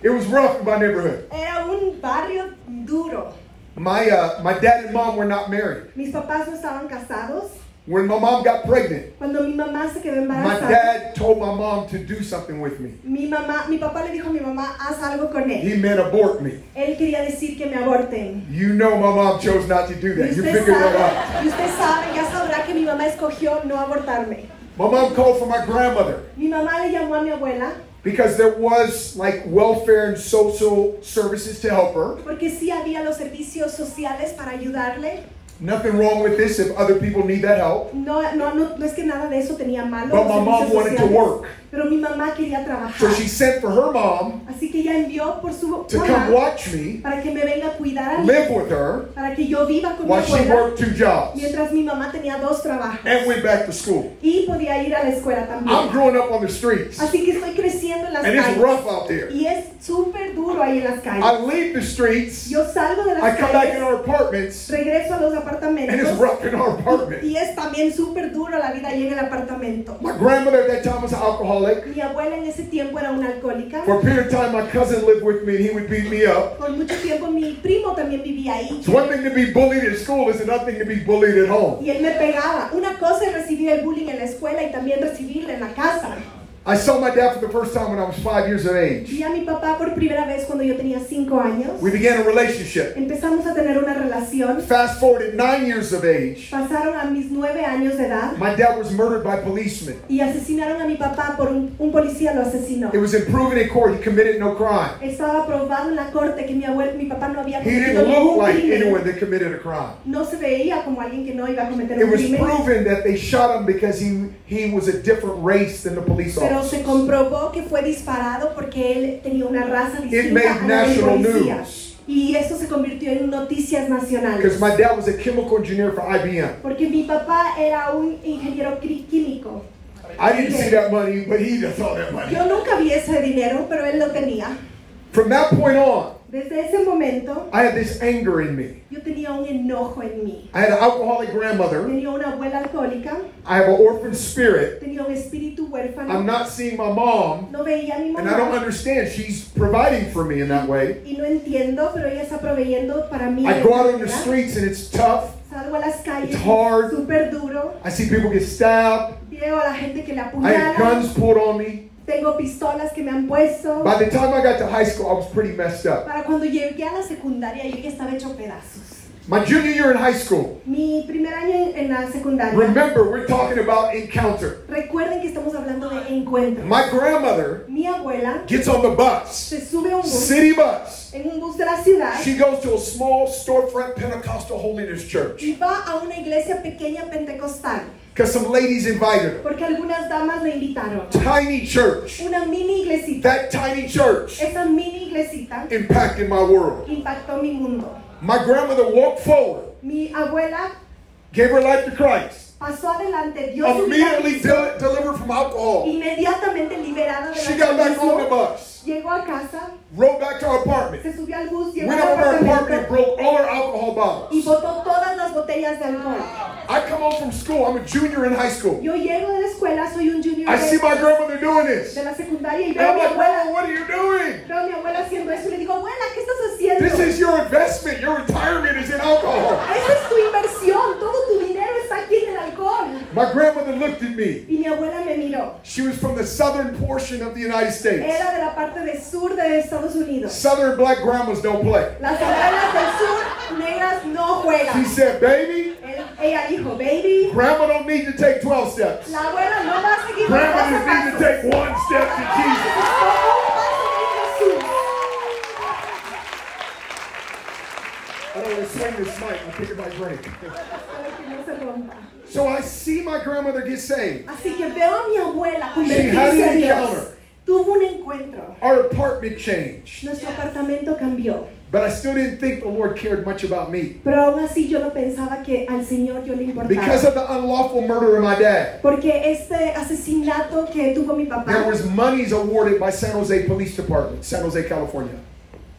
It was rough in my neighborhood.
Era un barrio duro.
My, uh, my dad and mom were not married.
Mis papás no estaban casados.
When my mom got pregnant,
Cuando mi mamá se quedó
my
embarazada,
dad told my mom to do something with me.
mi mamá, mi papá le dijo a mi mamá, haz algo con él.
He meant abort me.
Él quería decir que me aborten.
You know my mom chose not to do
Y
that. You
usted,
figured that out.
sabe, y usted sabe, ya sabrá que mi mamá escogió no abortarme.
My mom called for my grandmother
Mi mamá le llamó a mi abuela
because there was like welfare and social services to help her.
porque sí había los servicios sociales para ayudarle.
Nothing wrong with this if other people need that help.
No, no, no, no es que nada de eso tenía malo.
But
los
my mom
servicios
wanted to
sociales,
work.
Pero mi mamá quería trabajar.
So she sent for her mom
Así que ella envió por su
to
mamá
come watch me,
para que me venga a cuidar,
live with her
para que yo viva con mi
while she
abuela,
worked two jobs
mientras mi mamá tenía dos trabajos
and went back to school.
y podía ir a la escuela
I'm
también.
growing up on the streets
Así que estoy creciendo en las
and it's
calles
rough out there.
y es súper duro ahí en las calles.
I leave the streets,
Yo salgo de
I
las
come back in
calles,
our apartments,
regreso a los
and it's
apartamentos
rough in our apartment.
y es también súper duro la vida ahí en el apartamento.
My grandmother at that time was an alcoholic.
Mi abuela en ese tiempo era una alcohólica.
For a period of time, my cousin lived with me and he would beat me up.
Por mucho tiempo mi primo también vivía ahí
It's one thing to be bullied at school, it's another thing to be bullied at home.
y él me pegaba. Una cosa es recibir el bullying en la escuela y también recibirlo en la casa.
I saw my dad for the first time when I was five years of age.
Vi a mi papá por primera vez cuando yo tenía 5 años.
We began a relationship.
Empezamos a tener una relación.
Fast forward at nine years of age,
Pasaron a mis 9 años de edad
my dad was murdered by policemen.
y asesinaron a mi papá por un, un policía lo asesinó.
It was proven in court he committed no crime.
Estaba probado en la corte que mi abuelo, mi papá no había
He
cometido
didn't look
ningún
like anyone
crimen.
that committed a crime.
No se veía como alguien que no iba a cometer
It
un
was
crimen.
proven that they shot him because he, he was a different race than the police
Pero se
officers.
comprobó que fue disparado porque él tenía una raza
It
distinta
made
a la del
national
policía.
news
Y eso se convirtió en noticias
because
nacionales.
my dad was a chemical engineer for IBM.
Porque mi papá era un ingeniero cri- químico.
I didn't see that money, but he saw that money.
Yo nunca vi ese dinero, pero él lo tenía.
From that point on,
Desde ese momento,
I had this anger in me.
yo tenía un enojo en mí.
I had an alcoholic grandmother.
Tenía una abuela alcohólica,
I have an orphan spirit.
tenía un espíritu
I'm
huérfano.
not seeing my mom,
No veía a mi
and I don't
mamá.
understand. She's providing for me in that way.
Y no entiendo, pero ella está proveyendo para mí.
I
de
go
esa
out on the
manera.
streets, and it's tough.
Salgo a las calles,
It's hard.
súper duro.
I see people get stabbed.
Veo a la gente que le
I had
apuñala.
guns pulled on me.
Tengo pistolas que me han puesto.
By the time I got to high school, I was pretty messed up.
Para cuando llegué a la secundaria, yo ya estaba hecho pedazos.
My junior year in high school,
Mi primer año en, en la secundaria.
remember, we're talking about encounter.
Recuerden que estamos hablando de encuentro.
My grandmother
Mi abuela
gets on the bus,
se sube a un bus,
city bus.
en un bus de la ciudad
She goes to a small storefront Pentecostal holiness church
y va a una iglesia pequeña pentecostal
because some ladies invited her.
porque algunas damas le invitaron.
Tiny church.
Una mini iglesita.
That tiny church
Esa mini iglesita
impacted my world.
impactó mi mundo.
My grandmother walked forward,
Mi abuela
gave her life to Christ,
pasó adelante. Dios
immediately de- delivered from alcohol.
inmediatamente liberada de
She
la
got back on the bus.
llegó a casa,
rode back to our apartment,
se subió al bus, llegó
went
al
over to our apartment,
apartamento
broke all our alcohol
y
bottles.
botó todas las botellas de alcohol.
I come home from school. I'm a junior in high school.
Yo llego de la escuela, soy un junior
I see
de,
my grandmother doing this.
de la secundaria y
And
veo a
I'm
mi
like, Grandma,
abuela,
what are you doing?
veo a mi abuela haciendo eso y le digo, abuela, ¿qué estás haciendo?
This is your investment. Your retirement is in alcohol.
Esa es tu inversión, todo tu dinero está aquí en el alcohol.
My grandmother looked at me.
Y mi abuela me miró.
She was from the southern portion of the United States.
Era de la parte del sur de Estados Unidos.
Southern black grandmas don't play.
Las abuelas del sur negras no
She
juegan.
said, baby,
Él- ella dijo, baby,
grandma don't need to take 12 steps.
la abuela no va a seguir los
Grandma
paso a
just need to
paso.
take one step to Jesus.
Solo un paso de Jesús.
I don't want to swing this mic. I'm picking my brain.
Para que no se rompa.
So I see my grandmother get saved.
Así que veo a mi abuela
She
convertirse
had
a
an
Dios.
encounter.
Tuvo un encuentro.
Our apartment changed.
Nuestro apartamento cambió.
But I still didn't think the Lord cared much about me
Pero aún así yo no pensaba que al Señor yo le
because
importaba.
of the unlawful murder of my dad.
Porque este asesinato que tuvo mi papá.
There was monies awarded by San Jose Police Department, San Jose, California.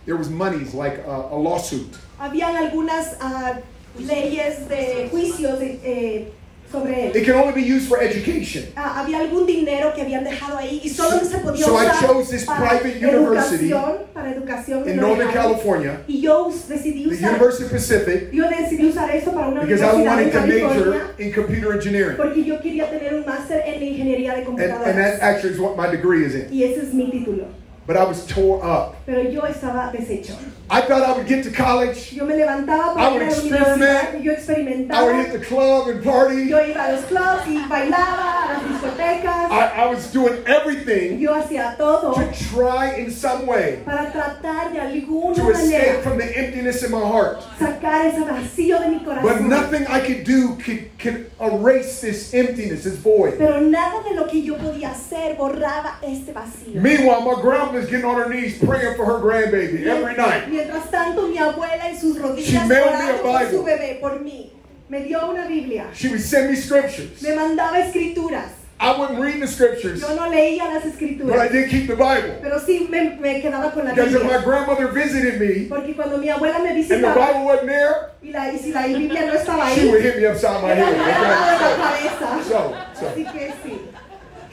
There was monies like uh, a lawsuit.
Habían algunas ah, leyes de juicios de- eh, sobre él.
It can only be used for education.
Ah, había algún dinero que habían dejado ahí y solo se podía
So I
usar
chose this
para
private university
educación, para educación
in Northern
general.
California,
Y yo us- decidí
the
usar,
University of Pacific,
yo decidí usar eso para una
because I
universidad en
wanted to major
California
in computer engineering.
porque yo quería tener un máster en ingeniería de
And, and that
computadoras
actually is what my degree is in.
y ese es mi título.
But I was tore up.
Pero yo estaba deshecho.
I thought I would get to college.
Yo me levantaba para
I
ir a la
would
universidad,
experiment.
yo
I
experimentaba.
would hit the club and party.
Yo iba a los clubs y bailaba a las discotecas.
I, I was doing everything
Yo hacía todo
to try in some way
para tratar de alguna
to escape
manera
from the emptiness in my heart.
sacar ese vacío de mi
But
corazón.
nothing I could do could, could erase this emptiness, this void.
Pero nada de lo que yo podía hacer borraba este vacío.
Meanwhile, my grandma's getting on her knees praying for her grandbaby every night.
Mientras tanto, mi abuela en sus rodillas
She mailed me
orando
a
por
Bible.
su bebé, por mí, me dio una Biblia.
She would send me scriptures.
Me mandaba escrituras.
I wouldn't read the scriptures,
Yo no leía las
but I
escrituras,
did keep the Bible.
pero sí me, me quedaba con la
Because if my
Biblia.
grandmother visited me
Porque cuando mi abuela me
and the
visitaba
Bible wasn't there,
y, la, y si la Biblia no estaba
she
ahí,
would hit me upside my
Era
head.
la
Okay? So-
cabeza.
So, so
Así que sí.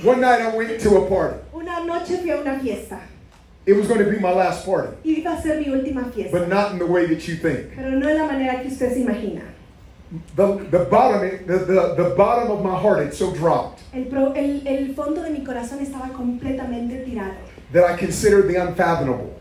one night I went to a party.
Una noche fui a una fiesta
It was going to be my last party,
y iba a ser mi última fiesta,
but not in the way that you think.
pero no de la manera que usted se imagina.
The, the bottom the, the, the bottom of my heart had so dropped
El, pro- el- el fondo de mi corazón estaba completamente tirado,
that I considered the unfathomable.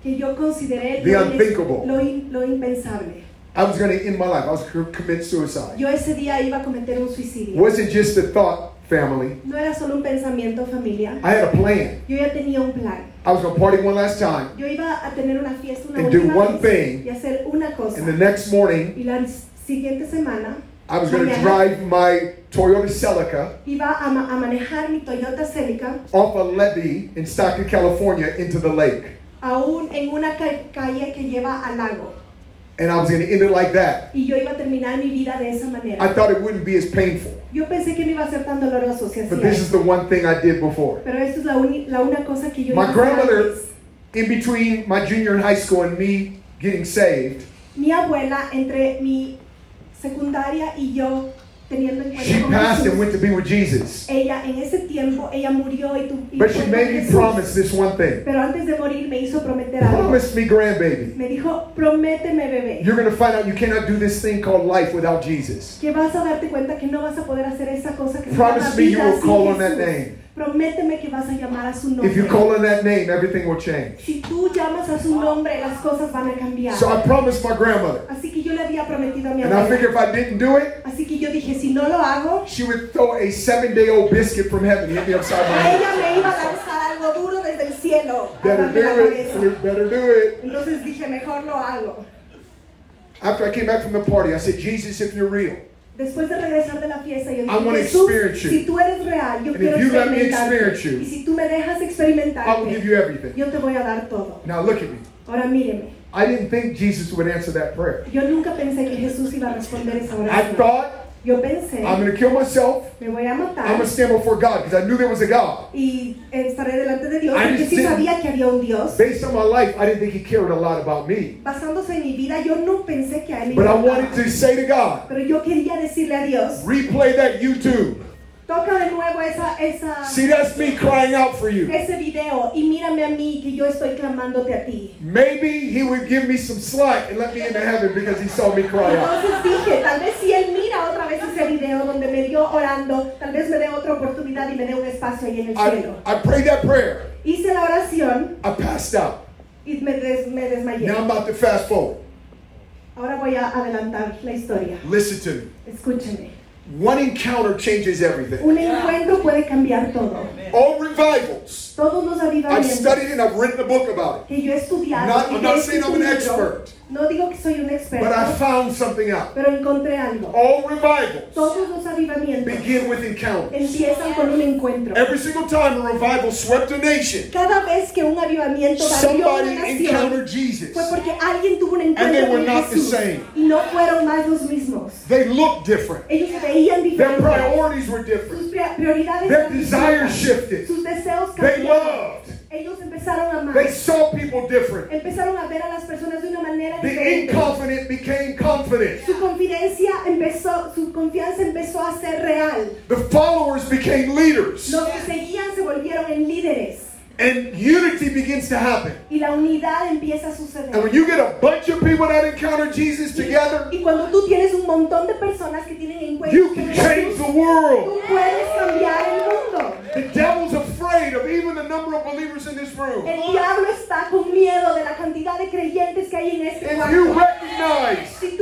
que yo consideré
The
lo, ines-
unthinkable.
lo in- lo impensable.
I was going to end my life. I was going to commit suicide.
Yo ese día iba a cometer un suicidio.
Wasn't just a thought, family.
No era solo un pensamiento familiar,
I had a plan.
yo ya tenía un plan.
I was going to party one last time,
Yo iba a tener una fiesta, una
And do
última
one
vez
thing.
y hacer una cosa.
and the next morning
Y la s- siguiente semana
I was going to
mañana,
drive my Toyota Celica
iba a, ma- a manejar mi Toyota Celica
off a levee in Stockton, California, into the lake,
aún en una ca- calle que lleva al lago.
and I was going to end it like that.
Y yo iba a terminar mi vida de esa
I
manera.
thought it wouldn't be as painful,
Yo pensé que no iba a ser tan doloroso si
but this
hacía.
is the one thing I did before.
Pero esto es la, uni- la una cosa que yo
My
iba a hacer
grandmother-
antes.
in between my junior in high school and me getting saved,
Mi abuela, entre mi secundaria y yo, teniendo en
she
cuenta con
passed and
Jesús,
went to be with Jesus.
ella en ese tiempo, ella murió y tu y
But she
fue con
made me
Jesús.
promise this one thing.
Pero antes de morir me hizo prometer algo.
Promise me, grandbaby,
Me dijo, prométeme bebé,
you're going to find out you cannot do this thing called life without Jesus.
que vas a darte cuenta que no vas a poder hacer esa cosa que se
Promise
llama
me you
vida
will
sin
call on
Jesús.
that name.
Prométeme que vas a llamar a su nombre.
If you call on that name, everything will change.
Si tú llamas a su nombre, las cosas van a cambiar.
So I promised my grandmother.
Así que yo le había prometido a mi
And I
abuela.
figured if I didn't do it,
Así que yo dije, si no lo hago,
she would throw a seven day old biscuit from heaven and hit me upside my
a
head.
ella me iba a lanzar algo duro desde el cielo. a
Better
darme la
do
cabeza.
it. You Better do it.
Entonces dije, mejor lo hago.
After I came back from the party, I said, Jesus, if you're real,
Después de regresar de la fiesta, yo
I wanna
dije, Jesús,
experience you.
si tú eres real, yo
And
quiero
if you let me
experimentarte.
experience you,
y si tú me dejas
I will give
experimentarte,
you everything.
yo te voy a dar todo.
Now look at me.
Ahora míreme,
I didn't think Jesus would answer that prayer.
yo nunca pensé que Jesús iba a responder esa
I
oración.
thought
Yo pensé,
I'm going to kill myself.
me voy a
I'm
matar
going to stand before God because I knew there was a God.
y estaré delante de Dios,
I
porque sí
didn't-
sabía que había un Dios.
Based on my life, I didn't think He cared a lot about me.
Basándose en mi vida, yo no pensé que a él le
But I
importaba.
wanted to say to God,
Pero yo quería decirle a Dios,
replay that YouTube.
toca de nuevo esa, esa,
See, that's me crying out for you.
ese video y mírame a mí que yo estoy clamándote a ti.
Maybe He would give me some slack and let me into heaven because He saw me cry out.
Entonces dije, tal vez si él mira otra vez ese video donde me dio orando, tal vez me dé otra oportunidad y me dé un espacio ahí en el
I,
cielo.
I prayed that prayer.
Hice la oración
I passed out.
y me, des- me desmayé.
Now I'm about to fast forward.
Ahora voy a adelantar la historia.
Listen to me.
Escúcheme.
One encounter changes everything.
Un encuentro puede cambiar todo.
All revivals.
Todos los
I've
avivamientos
studied it. I've written a book about it.
que yo he estudiado.
Not-
y
I'm
que
not
he
saying I'm an
escrito un libro,
expert.
No digo que soy un experto,
But I found something out.
pero encontré algo.
All revivals
Todos los avivamientos
begin with encounters.
empiezan con un encuentro.
Every single time a revival swept a nation,
Cada vez que un avivamiento barrió una
somebody encountered
nación,
Jesus.
fue porque alguien tuvo un
And they
encuentro
were
con
not the
Jesús
same.
y no fueron más los mismos.
They looked different.
Ellos se veían
Their
diferentes.
priorities were different.
Sus pri- prioridades
Their
eran
desires
distintas.
shifted.
Sus deseos
They
cambiaron.
loved.
Ellos empezaron a
They
amar.
saw people different.
Empezaron a ver a las personas de una manera
The
diferente.
inconfident became confident.
Su confidencia empezó, su confianza empezó a ser real.
The followers became leaders.
Los que seguían se volvieron en líderes
And unity begins to happen.
y la unidad empieza a
And when
suceder.
you get a bunch of people that encounter Jesus together,
Y cuando tú tienes un montón de personas que tienen encuentros
you
con
can
Jesús,
change the
tú
world.
puedes cambiar el mundo.
The devil's afraid of even the number of believers in this room.
El diablo está con miedo de la cantidad de creyentes que hay en este
If you
cuarto.
recognize the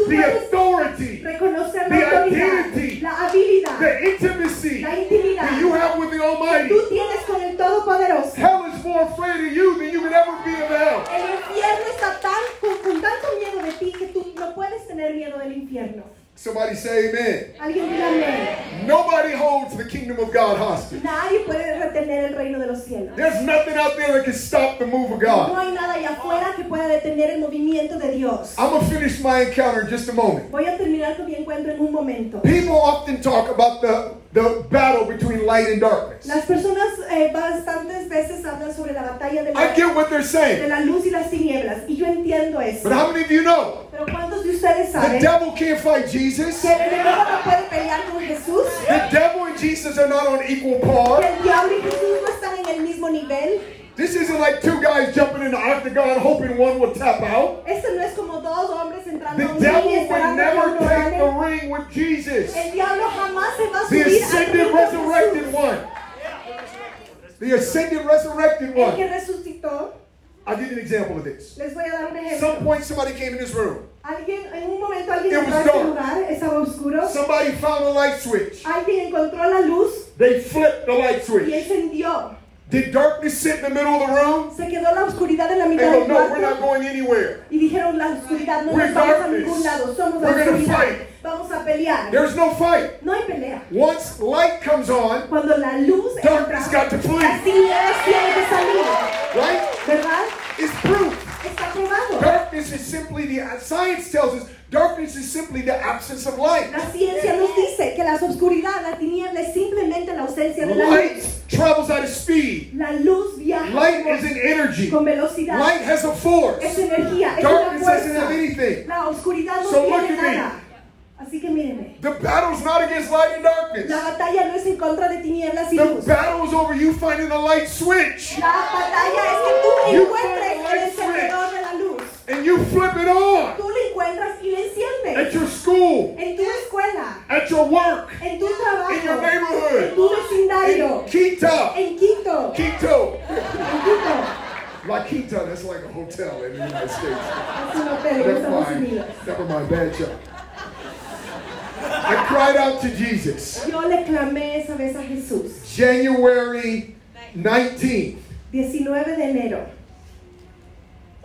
authority,
Reconocer
The
la autoridad,
identity.
la habilidad,
the intimacy
la
that
intimidad
you have with the
que
Almighty,
tú tienes con el Todopoderoso.
hell is more afraid of you than you could ever be of hell.
El infierno está tan con, con tanto miedo de ti que tú no puedes tener miedo del infierno.
Somebody say amen.
Alguien dígame,
Nobody holds the kingdom of God hostage.
nadie puede retener el reino de los cielos.
There's nothing out there that can stop the move of
No
God.
hay nada allá afuera que pueda detener el movimiento de Dios.
I'm going to finish my encounter in just a moment.
Voy a terminar con mi encuentro en un momento.
People often talk about the, the battle between light and darkness.
Las personas eh, bastantes veces hablan sobre la batalla de
I
la,
get what they're
de
saying.
la luz y las tinieblas, y yo entiendo eso.
But how many of you know
Pero ¿cuántos de ustedes
the
saben
devil can't fight Jesus?
que el enemigo no puede pelear con Jesús?
The devil and Jesus are not on equal
Que
par.
el diablo y Jesús no están en el mismo nivel.
This isn't like two guys jumping in the octagon hoping one will tap out.
Esto no es como dos hombres entrando
The
a un ring
devil
y
would
esperando que
never
uno
take the
gane.
ring with Jesus.
El diablo jamás se va a
The
subir al
ascended,
ring de
resurrected
Jesús.
one. The ascended, resurrected
El que
one.
resucitó,
I'll give you an example of this.
les voy a dar un
At
ejemplo.
some point, somebody came in this room.
Alguien, en un momento
It
alguien entró a
was
este
dark.
lugar, estaba oscuro.
Somebody found a light switch.
Alguien encontró la luz
They flipped the light
y
switch.
encendió.
Did darkness sit in the middle of the room?
Se quedó la oscuridad en la
They
mitad
go,
del
no, we're not
cuarto.
going anywhere.
Y dijeron, la oscuridad no
We're
nos vamos a
darkness.
ningún lado, somos la
We're gonna
oscuridad.
fight.
Vamos a pelear.
There's no fight.
No hay pelea.
Once light comes on,
Cuando la luz entra,
darkness got to
la
flee.
tinieblas tiene que salir.
Right?
¿Verdad?
It's proof.
Está probado.
Darkness is simply the science tells us darkness is simply the absence of light.
La ciencia nos dice que la oscuridad, la tiniebla es simplemente la ausencia de la luz.
Light travels at a speed.
La luz viaja
Light
con-
is an energy.
con velocidad.
Light has a force.
es energía, es una
Darkness doesn't
fuerza.
have anything.
La oscuridad no
So look
tiene
at me.
nada. Así que mírenme.
The battle's not against light and darkness.
La batalla no es en contra de tinieblas y
The
luz.
battle is over you finding the light switch
La batalla es que tú
You
encuentres
find
el
light
encendedor de la luz.
and you flip it on
Tú lo encuentras y lo
at
enciendes.
your school,
En tu escuela,
at your work,
en tu
in your
trabajo, en tu
neighborhood,
vecindario,
in Quito.
en Quito, en
Quito.
Quito.
La Quito, that's like a hotel in the United States.
Es un hotel en
Never
Estados
mind.
Unidos.
Never mind. Bad joke. I cried out to Jesus.
Yo le clamé esa vez a Jesús.
January 19th,
19 de enero.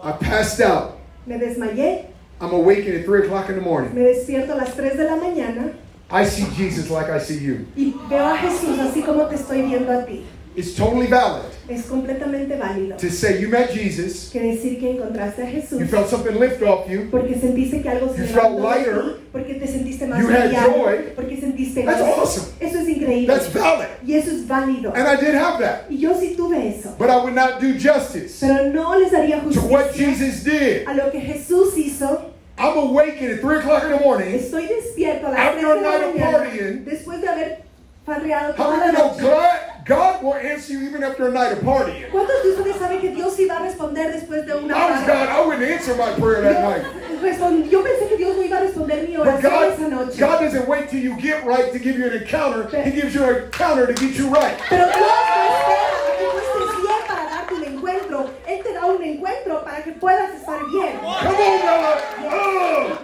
I passed out.
Me desmayé,
I'm awakened at 3 o'clock in the morning.
me despierto a las 3 de la mañana
I see Jesus like I see you.
y veo a Jesús así como te estoy viendo a ti.
It's totally valid
Es completamente válido
to say you met Jesus,
que decir que encontraste a Jesús
you felt something lift off you.
porque sentiste que algo se
You
levantó
felt
de ti,
lighter.
porque te sentiste más
You had
aliviado,
joy.
porque sentiste
That's
gozo.
awesome.
Eso es increíble.
That's valid.
y eso es válido.
And I did have that.
y yo sí tuve eso.
But I would not do justice
Pero no les daría
to what
justicia
Jesus did.
a lo que Jesús hizo.
I'm awakened at 3 o'clock in the morning.
Estoy despierto a las
After
3
a
de la
night of
mañana
partying.
después de haber farreado
How
toda
many
la
of you know
noche.
God, God will answer you even after a night of partying?
¿Cuántos de ustedes saben que Dios iba a responder después de una
I was
farra?
God, I wouldn't answer my prayer that night.
Yo, respond- yo pensé que Dios no iba a responder mi
But
oración
God,
esa noche.
God doesn't wait till you get right to give you an encounter. He gives you an encounter to get you right.
Pero Dios te espera a que tú estés bien para darte un encuentro. Él te da un encuentro para que puedas estar bien.
Come on, God. Oh.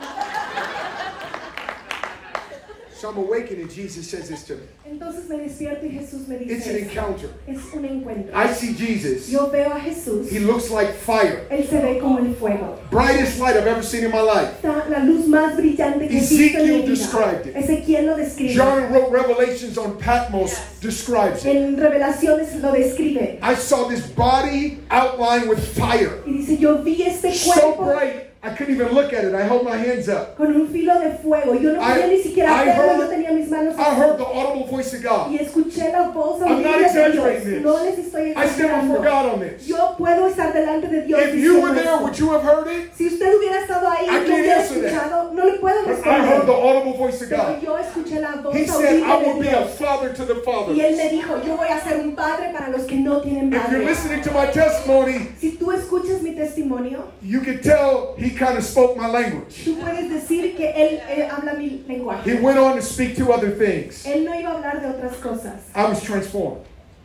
So I'm awakened and Jesus says this to me.
Entonces me despierto y Jesús me
It's an
dice, esto.
encounter.
es un encuentro.
I see Jesus.
Yo veo a Jesús.
He looks like fire.
Él se ve como el fuego.
Brightest light I've ever seen in my life.
Está la luz más brillante que existe en mi
Ezekiel
vida.
described it.
Ezequiel lo describe.
John wrote Revelations on Patmos, describes it.
En Revelaciones lo describe.
I saw this body outlined with fire.
Y dice, yo vi este
So
cuerpo
bright, I couldn't even look at it. I held my hands up.
con un filo de fuego. Yo no podía
I-
ni siquiera
I
verlo,
heard-
yo tenía mis manos
I heard the
así.
audible voice of God.
Y escuché la voz
I'm
audible
not
de
exaggerating
Dios.
this.
No les estoy
I stand
exagerando.
before God on this.
Yo puedo estar delante de Dios.
If you
diciendo
were there,
esto.
would you have heard it?
Si usted hubiera estado ahí,
I
no
can't
hubiera
answer that.
escuchado, no le puedo
But I heard the
responder.
audible voice of
Pero
God.
yo escuché la voz
He
audible
said, I will
de
be
Dios.
a father to the
Y él me
fatherless.
dijo, yo voy a ser un padre para los que no tienen
If you're
padre.
listening to my testimony,
Si tú escuchas mi testimonio,
you can tell he kind of spoke my language.
tú puedes decir que él, eh, habla mi lenguaje.
He went on to speak two other things.
Él no iba a hablar de otras cosas.
I was transformed.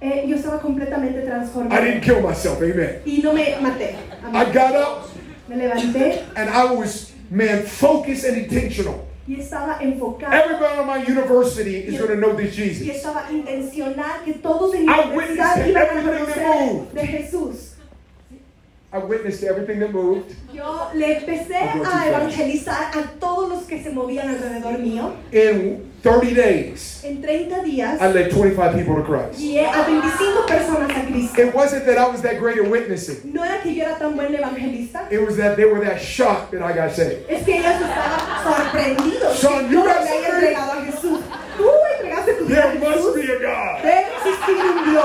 Eh, yo estaba completamente
I didn't
transformada.
kill myself. Amen.
Y no me maté. Amén.
I got up
Me levanté
and I was, man, focused and intentional.
y estaba enfocada.
Everybody in my university is going to know this
Y
Jesus.
estaba intencional que todos en mi
I
universidad
witnessed
iban a
everything that
conocer
moved.
de Jesús.
I witnessed everything that moved.
Yo le empecé
You're too
a
fast.
evangelizar a todos los que se movían alrededor mío.
In 30 days,
En 30 días
I led 25 people to Christ.
guié a 25 personas a Cristo.
It wasn't that I was that great at witnessing.
No era que yo era tan buen evangelista,
It was that they were that shocked that I got saved.
es que ellos estaban sorprendidos
Son,
que yo
you
le
got
había
saved.
entregado a Jesús. Tú entregaste tu vida a
There must
Jesús.
be a God.
Debe existir un Dios.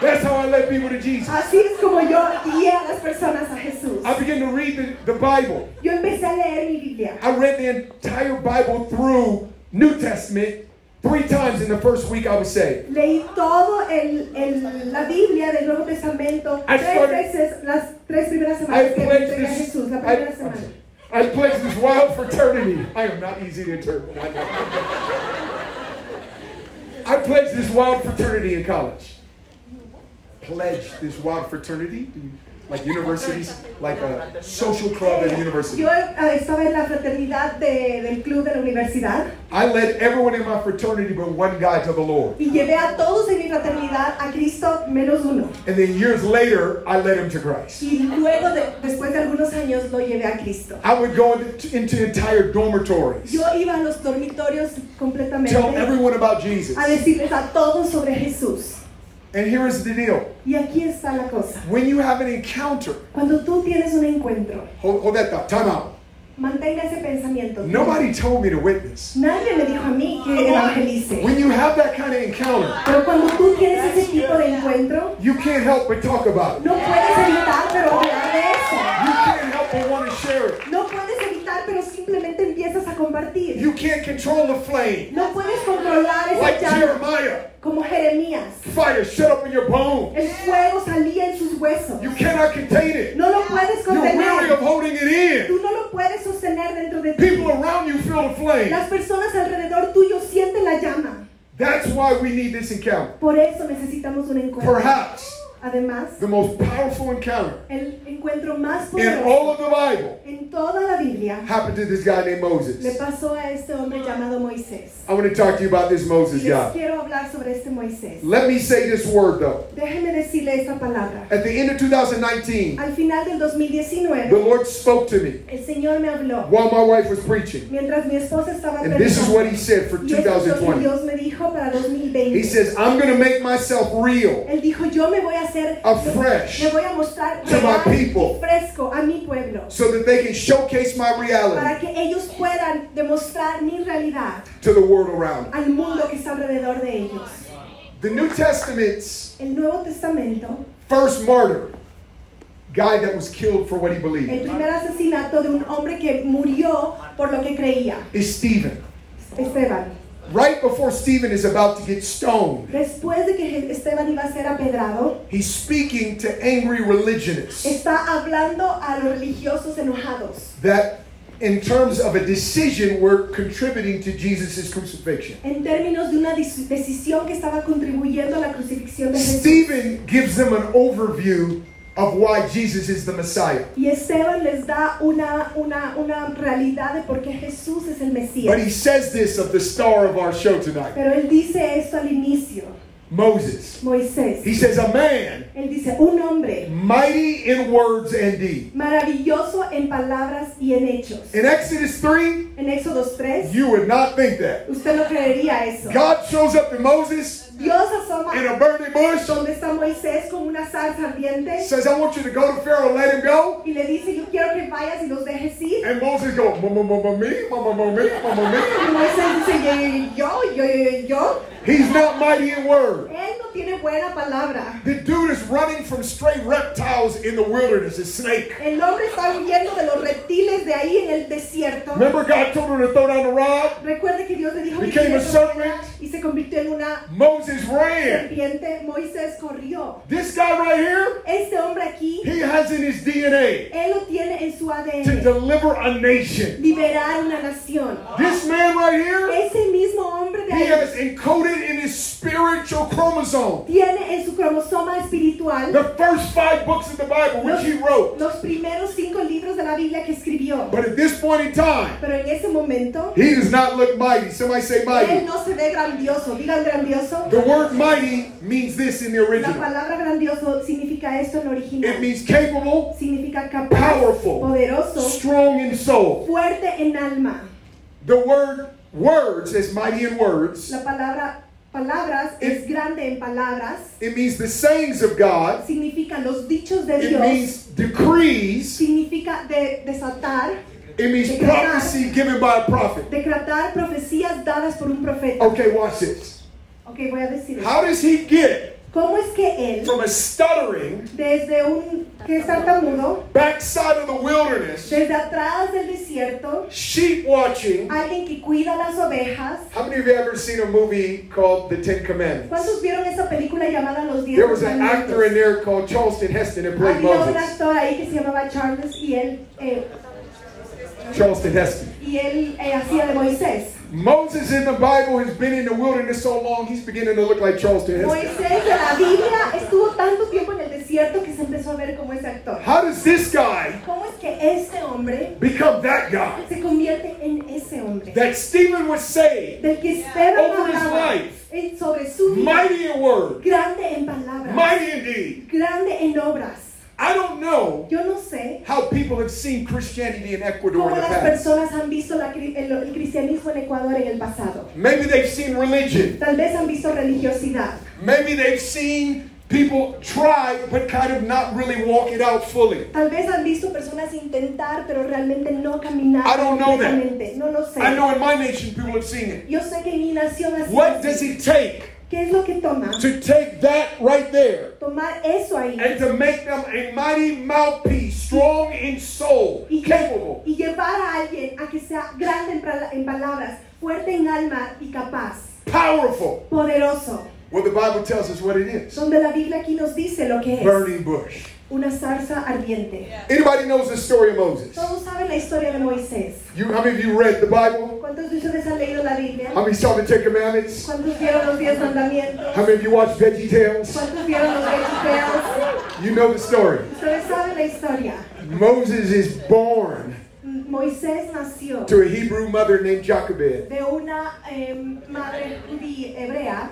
That's how I led people to Jesus.
Así es como yo guié a las personas a Jesús.
I began to read the, the Bible.
Yo empecé a leer mi Biblia.
I read the entire Bible through New Testament three times in the first week I was saved.
Leí todo el, el- la Biblia del Nuevo Testamento
I
tres
started-
veces, las tres primeras
I
semanas que le
pledged
entregué a
this.
Jesús, la
I,
primera
I'm
semana.
sorry. I pledged this wild fraternity. I am not easy to interpret. I know. I pledged this wild fraternity in college. Pledged this wild fraternity, like universities, like a social club at a university.
Yo eh, estaba en la fraternidad de- del club de la universidad
I led everyone in my fraternity but one guy to the Lord.
y llevé a todos en mi fraternidad a Cristo menos uno.
And then years later, I led him to Christ.
Y luego, de- después de algunos años, lo llevé a Cristo.
I would go into, into entire dormitories,
Yo iba a los dormitorios completamente
tell everyone about Jesus.
a decirles a todos sobre Jesús.
And here is the deal.
Y aquí está la cosa.
When you have an encounter,
Cuando tú tienes un encuentro,
hold, hold that thought, time out.
mantenga ese pensamiento.
Nobody told me to witness.
Nadie me dijo a mí que evangelice.
When you have that kind of encounter,
Pero cuando tú tienes ese tipo de encuentro,
you can't help but talk about it.
no puedes evitar pero hablar de eso.
You can't help but want to share it.
No puedes evitar pero simplemente empiezas a compartir.
You can't control the flame.
No puedes controlar esa
Like
llama
Jeremiah,
como Jeremías.
fire shut up in your bone.
El fuego salía en sus huesos.
You cannot contain it.
No lo puedes
You're weary of
contener.
holding it in.
Tú no lo puedes sostener dentro de ti.
People around you feel the flame.
Las personas alrededor tuyo sienten la llama.
That's why we need this encounter.
Por eso necesitamos un encuentro.
Perhaps
Además,
the most powerful encounter
el encuentro más
in all
poderoso
of the Bible
en toda la Biblia
happened to this guy named
le
Moses.
pasó a este hombre llamado Moisés.
I want to talk to you about this Moses
Les
guy.
quiero hablar sobre este Moisés.
Let me say this word though.
Déjeme decirle esta palabra.
At the end of 2019,
Al final del
the
2019,
Lord spoke to me
el Señor me habló
while my wife was preaching.
mientras mi esposa estaba
And this is
predicando.
what he said for
Y esto es lo que
2020.
Dios me dijo dijo para
He
2020.
says, I'm going to make myself real
Él dijo, yo me voy a hacer,
Afresh
me voy a mostrar
to my
real y
people.
fresco a mi pueblo,
so that they can showcase my
para
reality
que ellos puedan demostrar mi realidad
to the world around them.
al mundo que está alrededor de ellos.
The New Testament's
El Nuevo Testamento,
first martyr, guy that was killed for what he
el
believed,
primer asesinato de un hombre que murió por lo que creía,
is Stephen.
Esteban.
Right before Stephen is about to get stoned,
Después de que Esteban iba a ser apedrado,
he's speaking to angry religionists
está hablando a los religiosos enojados.
that, in terms of a decision, were contributing to Jesus' crucifixion.
En términos de una dis- decisión que estaba contribuyendo a la crucifixión de Jesús.
Stephen gives them an overview of why Jesus is the Messiah.
Y Esteban les da una, una, una realidad de por qué Jesús es el
But he
Mesías.
says this of the star of our show tonight,
Pero él dice esto al inicio,
Moses. He
Moisés.
says, A man
Él dice, un hombre
mighty in words and deeds.
maravilloso en palabras y en hechos.
In Exodus 3,
En Éxodos 3,
you would not think that.
usted no creería eso.
God shows up to Moses
Dios asoma
in a burning bush,
donde está Moisés con una salsa ardiente
says, I want you to go to Pharaoh and let him go.
y le dice, yo quiero que vayas y los dejes ir.
And Moses goes, Mama, mama, me, mama, mama, me, mama,
Y Moisés dice, yo, yo, yo, yo, yo, yo.
me. He's not mighty in word.
Él no tiene buena palabra.
The dude is running from stray reptiles in the wilderness, a snake.
El hombre está huyendo de los reptiles de ahí en el desierto.
Remember, God told him to throw down the rod?
Recuerde que Dios le dijo que
Became a
hiciera
serpent.
y se convirtió en una
Moses ran.
serpiente. Moisés corrió.
This guy right here,
Este hombre aquí,
he has in his DNA
él lo tiene en su
to
ADN.
deliver a nation.
Liberar una nación.
This man right here,
Ese mismo hombre de
he has
ahí
encoded in his spiritual chromosome
tiene en su cromosoma espiritual
the first five books of the Bible, which he wrote.
los primeros cinco libros de la Biblia que escribió.
But at this point in time,
Pero en ese momento,
he does not look mighty. Somebody say
Él
mighty.
no se ve grandioso, digan grandioso.
The word mighty means this in the
La
original
palabra grandioso significa esto en
it
original.
means capable,
Significa capaz,
powerful,
poderoso,
strong in soul.
fuerte en alma.
The word words is mighty in words.
La palabra palabras es grande en palabras.
It means the sayings of God.
Significa los dichos de
It
Dios.
means decrees.
Significa de, desatar,
It means prophecy given by a prophet.
decretar profecías dadas por un profeta.
Okay, watch this.
Ok, voy a decir.
How does he get
¿Cómo es que él,
from a stuttering
desde un que es tartamudo,
backside of the wilderness,
desde atrás del desierto,
sheep watching?
alguien que cuida las ovejas,
How many of you have ever seen a movie called The Ten
¿Cuántos
Commandments?
vieron esa película llamada Los Diez
There was an actor in
Mandamientos?
there called Charleston Heston that played
Había un
Moses.
actor ahí que se llamaba Charles y él, eh,
Charleston Heston.
y él eh, hacía de Moisés.
Moses in the Bible has been in the wilderness so long, he's beginning to look like Charleston Heston.
Moisés de la Biblia estuvo tanto tiempo en el desierto que se empezó a ver como ese actor.
How does this guy
¿Cómo es que este hombre
become that guy?
se convierte en ese hombre?
That Stephen was saved,
Del que Esteban
Over his
hablaba
life.
en- sobre su vida,
mighty in word,
grande en palabras,
mighty in deed.
grande en obras.
I don't know
Yo no sé
how people have seen Christianity in Ecuador
cómo
in the
las
past.
personas han visto la cri- el- el cristianismo en Ecuador en el pasado.
Maybe they've seen religion.
Tal vez han visto religiosidad.
Maybe they've seen people try but kind of not really walk it out fully.
Tal vez han visto personas intentar, pero realmente no caminar
I don't know that.
completamente. No lo sé.
I know in my nation people have seen it.
Yo sé que mi nación así.
What does it take
¿Qué es lo que toma?
to take that right there
Tomar eso ahí
and to make them a mighty mouthpiece, strong in soul,
y,
capable?
y llevar a alguien a que sea grande en, pala- en palabras, fuerte en alma y capaz,
powerful.
poderoso.
Well, the Bible tells us what it is.
Donde la Biblia aquí nos dice lo que es
Burning bush.
una zarza ardiente.
Anybody knows the story of Moses?
Todos saben la historia de Moisés.
You, how many of you read the Bible?
¿Cuántos de ustedes han leído la Biblia?
How many saw the Ten Commandments?
¿Cuántos vieron los diez mandamientos?
How many of you watched Veggie Tales?
¿Cuántos vieron los vegetales?
You know the story.
Ustedes saben la historia.
Moses is born
M- Moisés nació
to a Hebrew mother named Jochebed.
de una eh, madre judía hebrea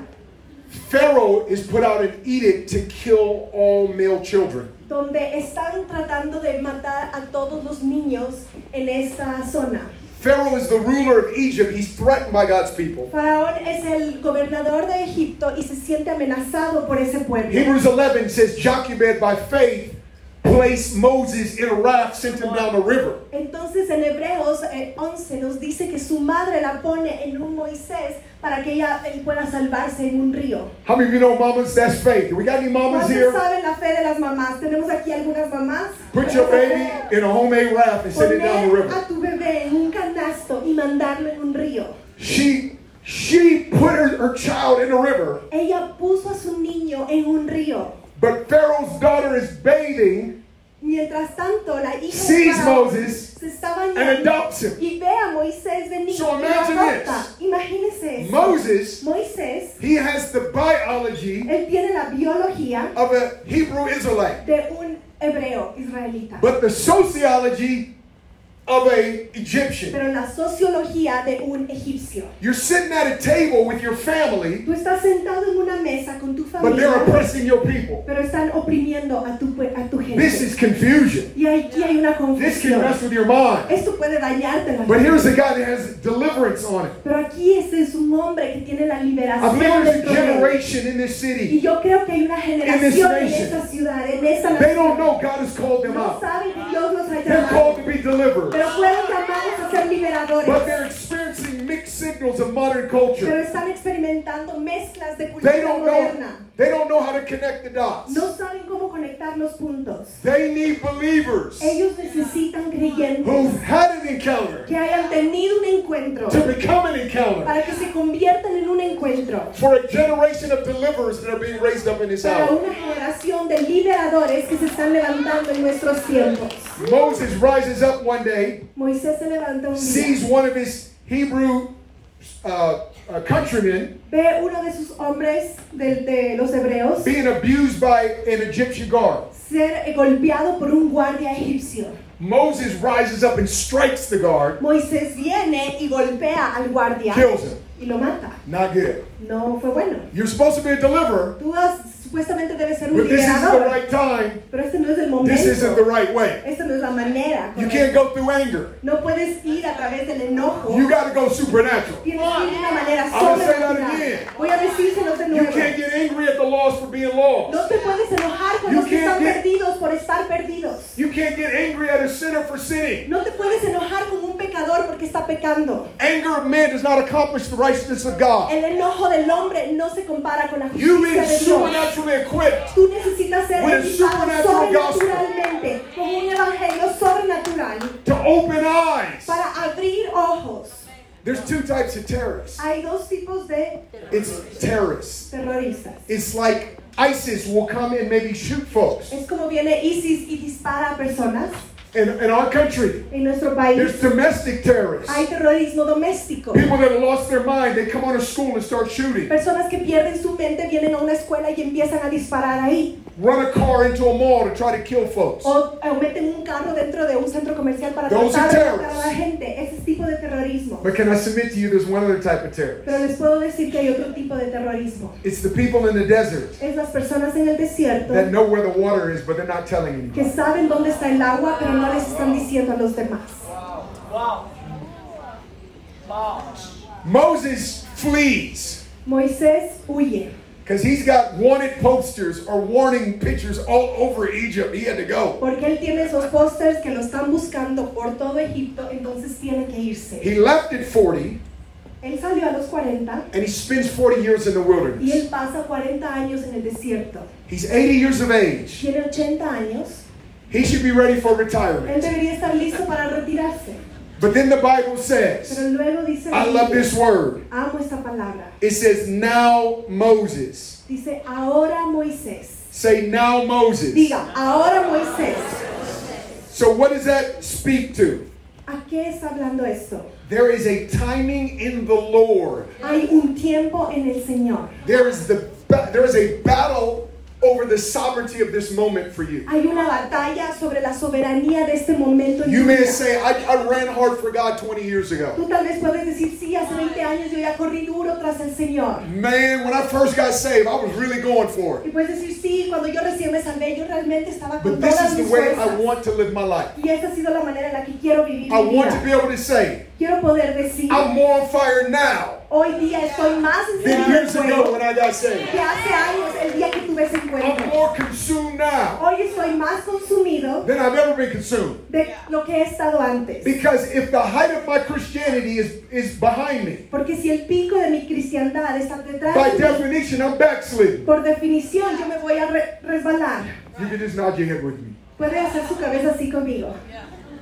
Pharaoh is put out an edict to kill all male children.
donde están tratando de matar a todos los niños en esta zona.
Pharaoh is the ruler of Egypt. He's threatened by God's people.
Faraón es el gobernador de Egipto y se siente amenazado por ese pueblo.
Hebrews 11 says, Jochebed by faith placed Moses in a raft, sent him down the river.
Entonces en Hebreos eh, 11 nos dice que su madre la pone en un Moisés para que ella él pueda salvarse en un río.
How many of you know mamas? That's faith. Do we got any mamas
¿Cuántos
here?
saben la fe de las mamás? Tenemos aquí algunas mamás.
Put your baby in a homemade raft and send it down the
Poner a
river.
tu bebé en un canasto y mandarlo en un río.
She she put her, her child in the river,
Ella puso a su niño en un río.
but Pharaoh's daughter is bathing
Mientras tanto, la hija de
Sees
Faraón
Moses
se está
and
bañando
adopts him.
y ve a Moisés venir.
So
y
imagine
lo adopta.
this.
Imagínese eso.
Moses,
Moisés,
he has the biology
él tiene la biología
of a Hebrew Israelite,
de un hebreo israelita,
but the sociology of a Egyptian.
pero la sociología de un egipcio.
You're sitting at a table with your family,
Tú estás sentado en una mesa con tu
but they're
familia,
oppressing your people.
pero están oprimiendo a tu, pue- a tu gente.
This is confusion.
Y aquí hay una
This can
confusión.
mess with your mind.
Esto puede dañarte la
But
vida.
here's a guy that has deliverance on it.
Pero aquí este es un hombre que tiene la
I
liberación
believe there's a
del problema.
generation in this
Y
city.
yo creo que hay una generación en
nation.
esta ciudad, en esta
They
nación.
don't know God has called them
No
out.
saben que Dios los ha
They're called
llamado.
to be delivered.
Pero fueron llamados a ser
But
liberadores.
they're experiencing mixed signals of modern
Pero
culture.
están experimentando mezclas de
They
cultura
don't know
moderna.
they don't know how to connect the dots.
No saben cómo conectar los puntos.
They need believers
Ellos necesitan creyentes
who've had an encounter
que hayan tenido un encuentro
to become an encounter
para que se conviertan en un encuentro.
for a generation of deliverers that are being raised up in this
para
hour.
una generación de liberadores que se están levantando en nuestros tiempos.
Moses rises up one day
Moisés se levanta un
sees
día,
one of his Hebrew uh, uh, countrymen
ve uno de sus hombres de, de los hebreos
being abused by an Egyptian guard.
ser golpeado por un guardia egipcio.
Moses rises up and strikes the guard,
Moisés viene y golpea al guardia
kills him.
y lo mata.
Not good.
No fue bueno.
You're supposed to be a deliverer,
Tú has- supuestamente debes ser un
but this isn't the
liberador,
right time.
pero este no es el
This isn't the
momento.
right way.
Esta no es la manera.
You
correcta.
can't go through anger.
No puedes ir a través del enojo.
You got to go supernatural.
Tienes que ir de una manera
gonna say that
sobrenatural.
again.
Voy a decírselo de
You
nuevo.
can't get angry at the loss for being lost.
No te puedes enojar con
You
los que
can't
están
get-
perdidos por estar perdidos.
You can't get angry at a sinner for sinning.
No te puedes enojar con un pecador porque está pecando.
Anger of man does not accomplish the righteousness of God.
El enojo del hombre no se compara con la
You've
justicia
been
de Dios.
supernaturally equipped
Tú necesitas ser
With a
equipado
supernatural gospel.
sobrenaturalmente, con un evangelio sobrenatural,
to open eyes.
para abrir ojos.
There's two types of terrorists.
Hay dos tipos de
It's terrorists.
terroristas.
It's like ISIS will come and maybe shoot folks.
Es como viene ISIS y dispara a personas
In, in our country,
en nuestro país.
there's domestic terrorists.
Hay terrorismo doméstico.
People that have lost their mind, they come on a school and start shooting.
Personas que pierden su mente vienen a una escuela y empiezan a disparar ahí.
Run a car into a mall to try to kill folks.
O eh, meten un carro dentro de un centro comercial para
Those
tratar
are
de matar a la
terrorists.
gente. Ese tipo de terrorismo.
But can I submit to you, there's one other type of
Pero
terrorist.
les puedo decir que hay otro tipo de terrorismo.
It's the people in the desert
Es las personas en el desierto
that know where the water is, but they're not telling
que
anybody.
saben dónde está el agua, pero no les están diciendo a los demás.
Moses flees
Moisés huye.
because he's got wanted posters or warning pictures all over Egypt. He had to go.
Porque él tiene esos pósters que lo están buscando por todo Egipto, entonces tiene que irse.
He left at 40
Él salió a los 40
and he spends 40 years in the
y él
wilderness.
pasa 40 años en el desierto.
He's 80 years of age.
Tiene 80 años.
He should be ready for
Él
retirement.
debería estar listo para retirarse.
But then the Bible
Pero
says,
luego dice, la
I love
Biblia,
this word.
amo esta palabra.
It says, Now Moses.
Dice, ahora Moisés.
Say, Now Moses.
Diga, ahora Moisés.
So, what does that speak to?
¿A qué está hablando esto?
There is a timing in the Lord.
Hay un tiempo en el Señor.
There is the ba- there is a battle over the sovereignty of this moment for you.
Hay una batalla sobre la soberanía de este momento en
You
tu
may
vida.
say, I, I ran hard for God 20 years ago.
Tú tal vez puedes decir, sí, hace 20 años yo ya corrí duro tras el Señor.
Man, when I first got saved, I was really going for
Y
it.
puedes decir, sí, cuando yo recién me salvé, yo realmente estaba con
But this
todas
is
mis
the way I
fuerzas.
want to live my life.
Y esa ha sido la manera en la que quiero vivir
I
mi
want to
vida.
be able to say,
Quiero poder decir,
I'm more on fire now
hoy día estoy más
than
encendido en
years ago
fuego
when I got saved.
que hace años el día que tuve ese
I'm
encuentro.
more consumed now
Hoy estoy más consumido
than I've ever been consumed.
de lo que he estado antes.
Because if the height of my Christianity is, is behind me,
Porque si el pico de mi cristiandad está detrás
by
de mí,
definition, I'm backslidden.
por definición yo me voy a re- resbalar.
You can just nod your head with me.
Puede hacer su cabeza así conmigo.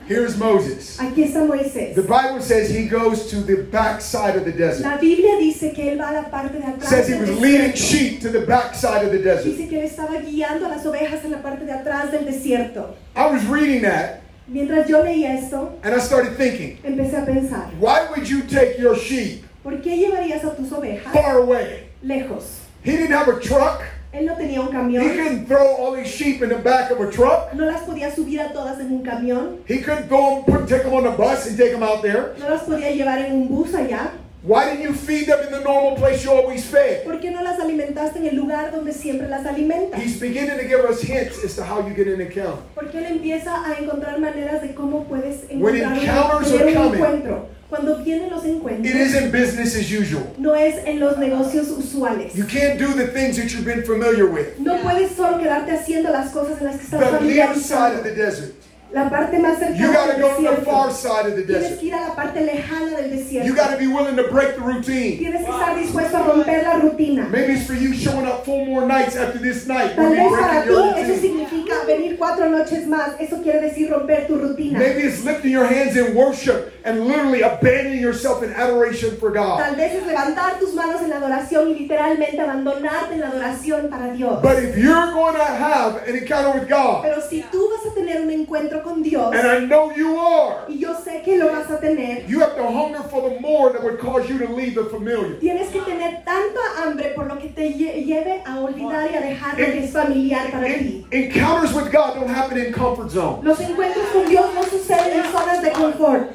Here's Moses.
Aquí está Moisés.
The Bible says he goes to the backside of the desert.
La Biblia dice que él va a la parte de atrás.
Says he
del
was leading
desierto.
sheep to the backside of the desert.
Dice que él estaba guiando a las ovejas en la parte de atrás del desierto.
I was reading that
Mientras yo leía esto,
and I started thinking,
empecé a pensar,
why would you take your sheep
¿por qué llevarías a tus ovejas
far away?
lejos?
He didn't have a truck.
Él no tenía un
He
camión,
couldn't throw all these sheep in the back of a truck.
no las podía subir a todas en un camión,
He couldn't throw them, put, take them on the bus and take them out there.
no las podía llevar en un bus allá.
Why didn't you feed them in the normal place you always fed?
¿Por qué no las alimentaste en el lugar donde siempre las alimentas?
He's beginning to give us hints as to how you get an encounter.
Porque él empieza a encontrar maneras de cómo puedes
When
encontrar una-
encounters
tener
are
un
coming.
encuentro. Cuando vienen los encuentros,
It isn't business as usual.
no es en los negocios usuales.
You can't do the things that you've been familiar with.
No puedes solo quedarte haciendo las cosas en las que
The
estás
near side
familiarizado.
of the desert.
La parte más
You
cercana
got to
del
go to the far
desierto.
side of the
Tienes
desert.
que ir a la parte lejana del
You
desierto.
got to be willing to break the routine.
Tienes que estar dispuesto a romper la rutina.
Maybe it's for you showing up four more nights after this night.
Tal
We'll be
vez para
breaking
ti
your
eso
routine.
significa venir cuatro noches más. Eso quiere decir romper tu rutina.
Maybe it's lifting your hands in worship and literally abandoning yourself in adoration for God.
Tal vez es levantar tus manos en la adoración y literalmente abandonarte en la adoración para Dios.
But if you're going to have an encounter with God,
Pero si tú vas a tener un encuentro con Dios,
and I know you are,
y yo sé que lo vas a tener,
you have to hunger for the more that would cause you to leave the familiar.
tienes que tener tanta hambre por lo que te lle- lleve a olvidar y a dejar lo que es familiar para ti.
En- encounters with God don't happen in comfort zone.
Los encuentros con Dios no suceden en zonas de confort.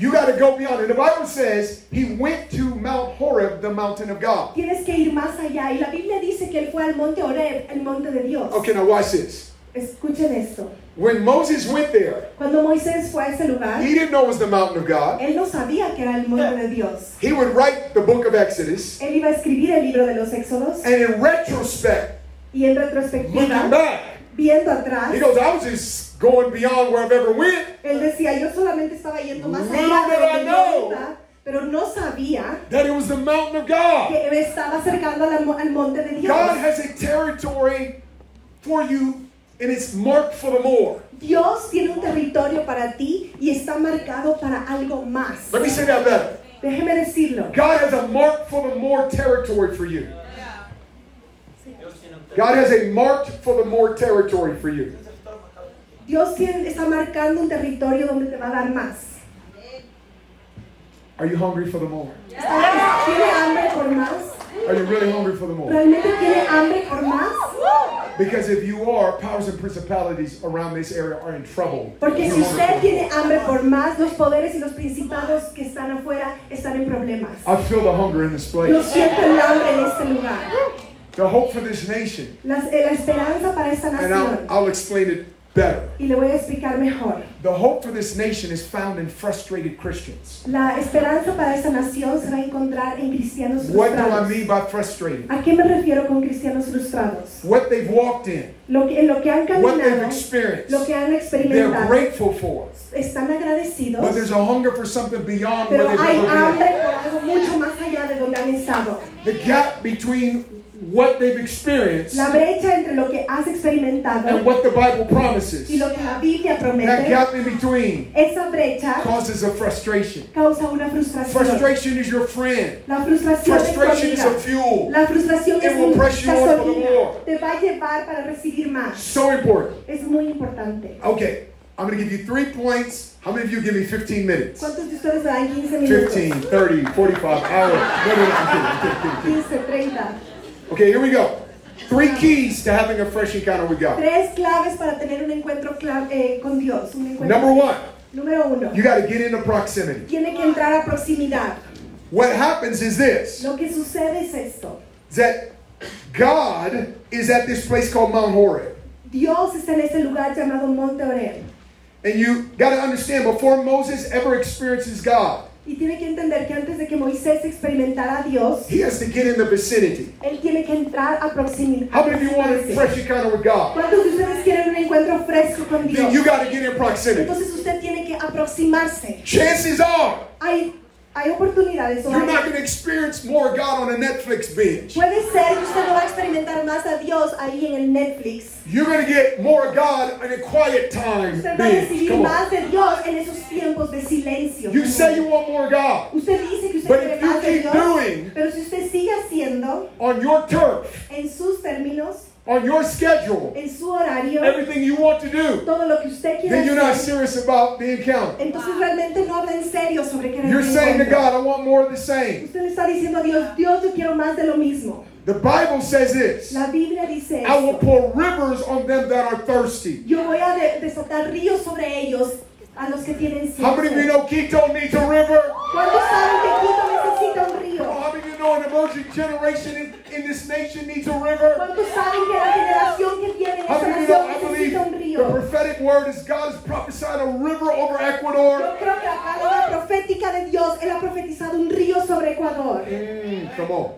You got to go beyond. And the Bible says he went to Mount Horeb, the mountain of God.
Tienes que ir más allá. Y la Biblia dice que él fue al monte Oreb, el monte de Dios.
Okay, now watch this.
Escuchen esto.
When Moses went there,
Cuando Moisés fue a ese lugar,
he didn't know it was the mountain of God.
él no sabía que era el monte de Dios.
He would write the book of Exodus,
Él iba a escribir el libro de los Éxodos
and in retrospect,
y en
looking
retrospectiva,
back,
viendo atrás,
he goes, I was just going beyond where I've ever went.
él decía, yo solamente estaba yendo más
Little
allá
did I
de
know.
lo pero no sabía
That it was the mountain of God.
que me estaba acercando al, mo- al monte de Dios.
God has a territory for you, and it's marked for the more.
Dios tiene un territorio para ti y está marcado para algo más.
Let me say that better.
Déjeme decirlo.
God has a mark for the more territory for you. God has a marked for the more territory for you.
Dios tiene- está marcando un territorio donde te va a dar más.
Are you hungry for the more?
¿Sabes? ¿Tiene hambre por más?
Are you really hungry for the more?
¿Realmente tiene hambre por más?
Because if you are, powers and principalities around this area are in trouble.
Porque
You're
si
hungry for
usted
the
tiene hambre por más, los poderes y los principados que están afuera están en problemas.
more. I feel the hunger in this
Yo
place.
siento el hambre en este lugar.
The hope for this nation.
Las- eh, la esperanza para esta
And I'll,
nación.
I'll explain it better.
Y le voy a explicar mejor.
The hope for this nation is found in frustrated Christians.
La esperanza para esta nación se va a encontrar en cristianos
What do I
frustrados.
mean by frustrated?
¿A qué me refiero con cristianos frustrados?
What they've walked in,
Lo que, en lo que han
what they've
caminado, lo
experienced,
que han
they're
experimentado,
grateful for.
están
But
agradecidos,
there's a hunger for something beyond
pero
where they've
hay
ever
hambre
been.
por algo mucho más allá de donde han estado.
The gap between what they've experienced
La brecha entre lo que has
and
experimentado
what the Bible
y
promises,
lo que la Biblia
that
promete,
gap in between
esa brecha
causes a frustration.
causa una frustración.
Frustration is your friend.
La frustración es tu
Frustration is
amiga.
a fuel.
La frustración
It
es
will
un
press you on for the
gasolina.
war.
Te va a llevar para recibir más.
So important.
Es muy importante.
Okay, I'm going to give you three points. How many of you give me 15 minutes?
¿Cuántos de ustedes me dan 15 minutos?
15, 30, 45 hours. No, no, no, I'm kidding, I'm kidding, I'm kidding, I'm kidding.
15, 30.
Okay, here we go. Three keys to having a fresh encounter with God.
Tres claves para tener un encuentro cla- eh, con Dios. Un encuentro.
Number one,
Número uno.
you got to get into proximity.
Tiene que entrar a proximidad.
What happens is this
Lo que sucede es esto.
is that God is at this place called Mount Horeb.
Dios está en ese lugar llamado Monte Oreb.
And you got to understand before Moses ever experiences God,
Y tiene que entender que antes de que Moisés experimentara a Dios,
he has to get in the vicinity.
él tiene que entrar a proximidad.
How many of you want a fresh encounter with God?
¿Cuántos de ustedes quieren un encuentro fresco con
Then you
Dios?
got to get in proximity.
Entonces usted tiene que aproximarse.
Chances are
Hay, hay oportunidades. o
you're
hay-
not going to experience more God on a Netflix binge.
Puede ser que usted no va a experimentar más a Dios ahí en el Netflix.
You're going to get more God in a quiet time
Usted va a
binge.
recibir
Come
más
on.
de Dios en esos tiempos de silencio.
You say you want more God
Usted dice que usted
But
quiere
if you
más de
keep
Dios,
doing-
pero si usted sigue haciendo
on your turf,
en sus términos,
on your schedule,
en su horario,
everything you want to do,
todo lo que usted quiere
then you're not
hacer,
serious about the encounter.
entonces realmente no habla en serio sobre querer
You're
un
saying to
encuentro.
God, I want more of the same.
Usted le está diciendo a Dios, Dios, yo quiero más de lo mismo.
The Bible says this
La Biblia dice
I will
esto.
pour rivers on them that are thirsty.
Yo voy a de- desatar ríos sobre ellos a los que tienen sed.
How many of you know Quito needs a river?
¿Cuántos saben que Quito necesita un río?
How many of you know an emerging generation in, in this nation needs a river?
¿Cuántos saben que la generación que viene en
How
esta
many of you know
nación
I
necesita un
believe
río?
the prophetic word is God has prophesied a river over Ecuador?
Yo creo que la palabra profética de Dios, Él ha profetizado un río sobre Ecuador.
Mm, come on.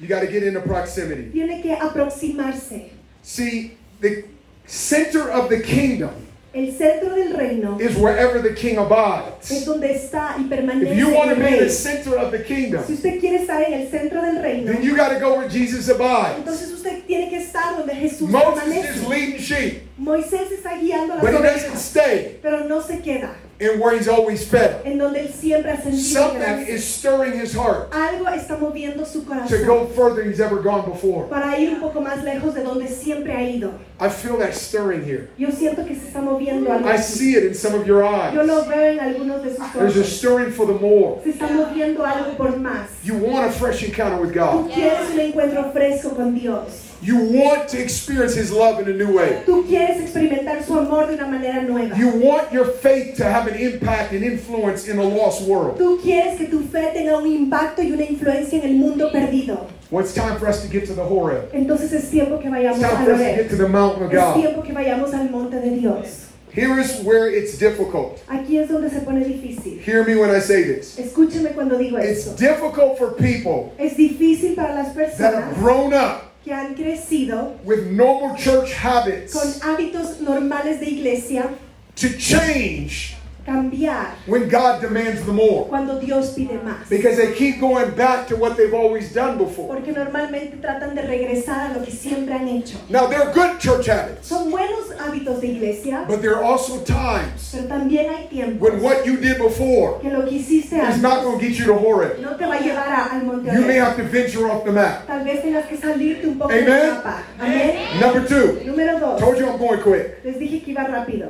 You got to get into proximity.
Tiene que aproximarse.
See, the center of the kingdom
El centro del reino
is wherever the king
es
abides.
donde está y permanece
If you want to
el
be in
rey.
the center of the kingdom,
Si usted quiere estar en el centro del reino,
then you got to go where Jesus abides.
entonces usted tiene que estar donde Jesús
Moses is
permanece.
leading sheep,
Moisés está guiando las
but he doesn't
ovejas,
stay
pero no se queda
in where he's always fed.
en donde él siempre ha sentido
Something
gracia.
is stirring his heart
Algo está moviendo su
to
corazón
go further than he's ever gone before.
para ir un poco más lejos de donde siempre ha ido.
I feel that stirring here.
Yo siento que se está moviendo algo.
I see it in some of your
Ah, Yo lo
eyes.
veo en algunos de sus
There's a
ojos.
stirring for the more.
Se está moviendo algo por más.
You want a fresh encounter with God.
Tú quieres un encuentro fresco con Dios.
You want to experience His love in a new way.
Tú quieres experimentar su amor de una manera nueva.
You want your faith to have an impact and influence in a lost world.
Tú quieres que tu fe tenga un impacto y una influencia en el mundo perdido.
Well, it's time for us to get to the Horeb.
Entonces es tiempo que
It's
vayamos
time
a
for us to get to
Oreb.
the mountain of
Es
God.
tiempo que vayamos al monte de Dios.
Here is where it's difficult.
Aquí es donde se pone difícil.
Hear me when I say this.
Escúcheme cuando digo
It's
esto.
difficult for people
Es difícil para las
that have
personas
grown up
que han crecido
with normal church
con
habits
hábitos normales de iglesia
to change
cambiar
when God demands the more
cuando Dios pide más.
because they keep going back to what they've always done before.
Porque normalmente tratan de regresar a lo que siempre han hecho.
Now, they're good church habits,
Son buenos hábitos de iglesia,
but there are also times
pero también hay tiempos
when what you did before
que lo que
is
hiciste antes
not going to get you to Horeb.
no te va a llevar a- al monte
You may
Oreb.
have to venture off the map.
Tal vez tengas que salirte un poco del
Amen.
mapa. Amén.
Number two,
Número dos.
told you I'm going quick.
Les dije que iba rápido.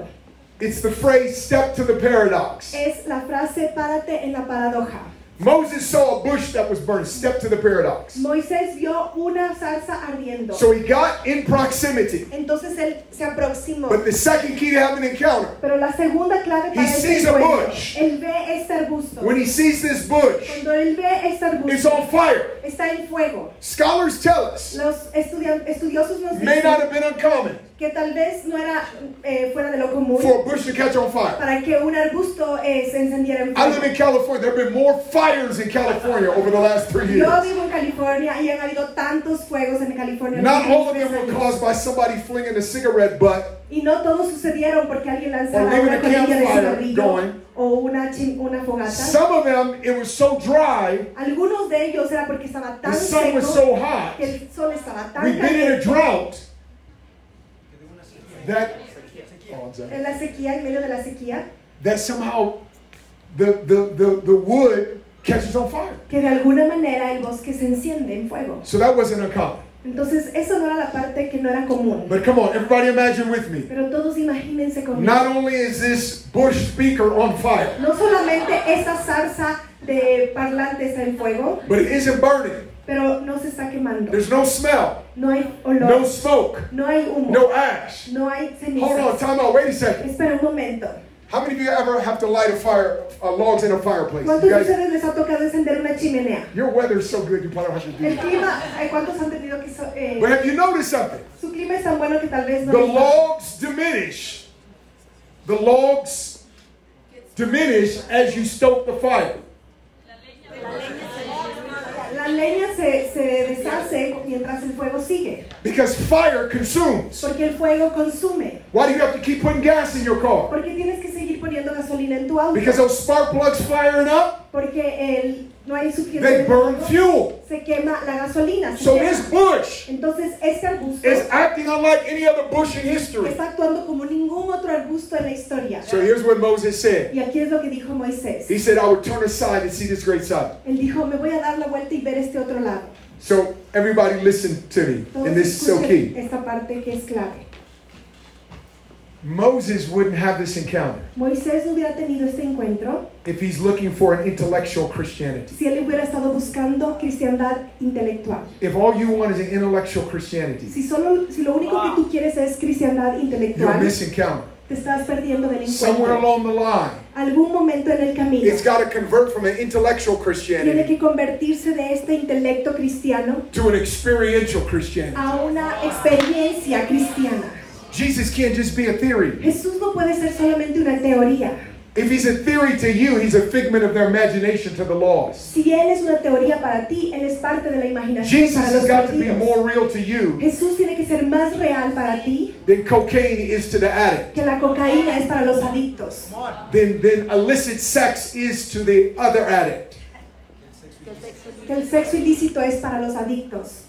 It's the phrase step to the paradox.
Es la frase párate en la paradoja.
Moses saw a bush that was burning. Step to the paradox.
Moisés vio una zarza ardiendo.
So he got in proximity.
Entonces él se aproximó.
But the second key to having an encounter,
Pero la segunda clave para
He
este
sees a
encuentro,
bush.
él ve este arbusto.
when he sees this bush,
Cuando él ve
it's
este arbusto,
on fire.
está en fuego.
Scholars tell us
Los estudian- estudiosos nos
may not
dicen
have been uncommon
que tal vez no era eh, fuera de lo común
for a bush to catch on fire.
para que un arbusto eh, se encendiera en
I live in
fuego.
California. There have been more fires in California over the last three
Yo
years.
vivo en California y han habido tantos fuegos en California. en los
Not all of
últimos
them were
años.
caused by somebody flinging a cigarette butt
Y no todos sucedieron porque alguien
Or
lanzara
leaving
una
a
colilla de
campfire
cigarrillo
going.
o una, chi- una fogata.
Some of them, it was so dry,
Algunos de ellos era porque estaba
the
tan
sun
seco
was so hot.
que el sol estaba tan
We've been in a
caliente
drought that, oh, I'm sorry.
en la sequía, en medio de la sequía,
that somehow the, the, the, the wood catches on fire.
que de alguna manera el bosque se enciende en fuego.
So that wasn't uncommon.
Entonces, eso no era la parte que no era común.
But come on, everybody imagine with me.
Pero todos imagínense conmigo.
Not only is this bush speaker on fire,
No solamente esa zarza de parlante está en fuego,
but it isn't burning.
pero no se está quemando.
There's no smell,
No hay olor,
no smoke,
no hay humo,
no ash.
no hay
Hold on,
cenizas.
time out. Wait a second.
Espera un momento.
How many of you ever have to light a fire, uh, logs in a fireplace?
¿Cuántos
You
de
guys,
ustedes les ha tocado encender una chimenea?
your weather's so good, you probably don't have to do
El
that.
clima, ay, ¿cuántos han tenido que... so- eh,
But have you noticed something?
su clima es tan bueno que tal vez no...
The logs diminish. The logs diminish as you stoke the fire.
La leña se, se deshace mientras el fuego sigue,
Because fire consumes.
porque el fuego consume.
Why do you have to keep putting gas in your car?
Porque tienes que seguir poniendo gasolina en tu auto,
Because those spark plugs firing up,
porque el, no hay suficiente...
they burn fuel.
Se quema la gasolina. se
So
quema.
this bush
Entonces, este arbusto
is acting unlike any other bush in history.
está actuando como ningún otro arbusto en la historia.
So here's what Moses said.
Y aquí es lo que dijo Moisés.
He said, I would turn aside and see this great sight.
Él dijo, me voy a dar la vuelta y ver este otro lado.
So everybody listen to me.
Todos
And this is so
escuchen
key.
esta parte que es clave.
Moses wouldn't have this encounter
Moisés no hubiera tenido este encuentro
if he's looking for an intellectual Christianity.
si él hubiera estado buscando cristiandad intelectual.
If all you want is an intellectual Christianity,
Si, solo, si lo único que tú quieres es cristiandad
you'll
intelectual,
miss encounter.
te estás perdiendo del
Somewhere
encuentro.
along the line,
Algún momento en el camino
it's got to convert from an intellectual
tiene
Christianity
que convertirse de este intelecto cristiano
to an experiential Christianity.
a una experiencia cristiana.
Jesus can't just be a theory.
Jesús no puede ser solamente una teoría.
If he's a theory to you, he's a figment of their imagination to the laws.
Si Él es una teoría para ti, Él es parte de la imaginación
Jesus
para los
has got to be
perdidos.
more real to you
Jesús tiene que ser más real para ti
than cocaine is to the addict,
que la cocaína es para los adictos,
than, than illicit sex is to the other addict.
que el sexo ilícito es para los adictos.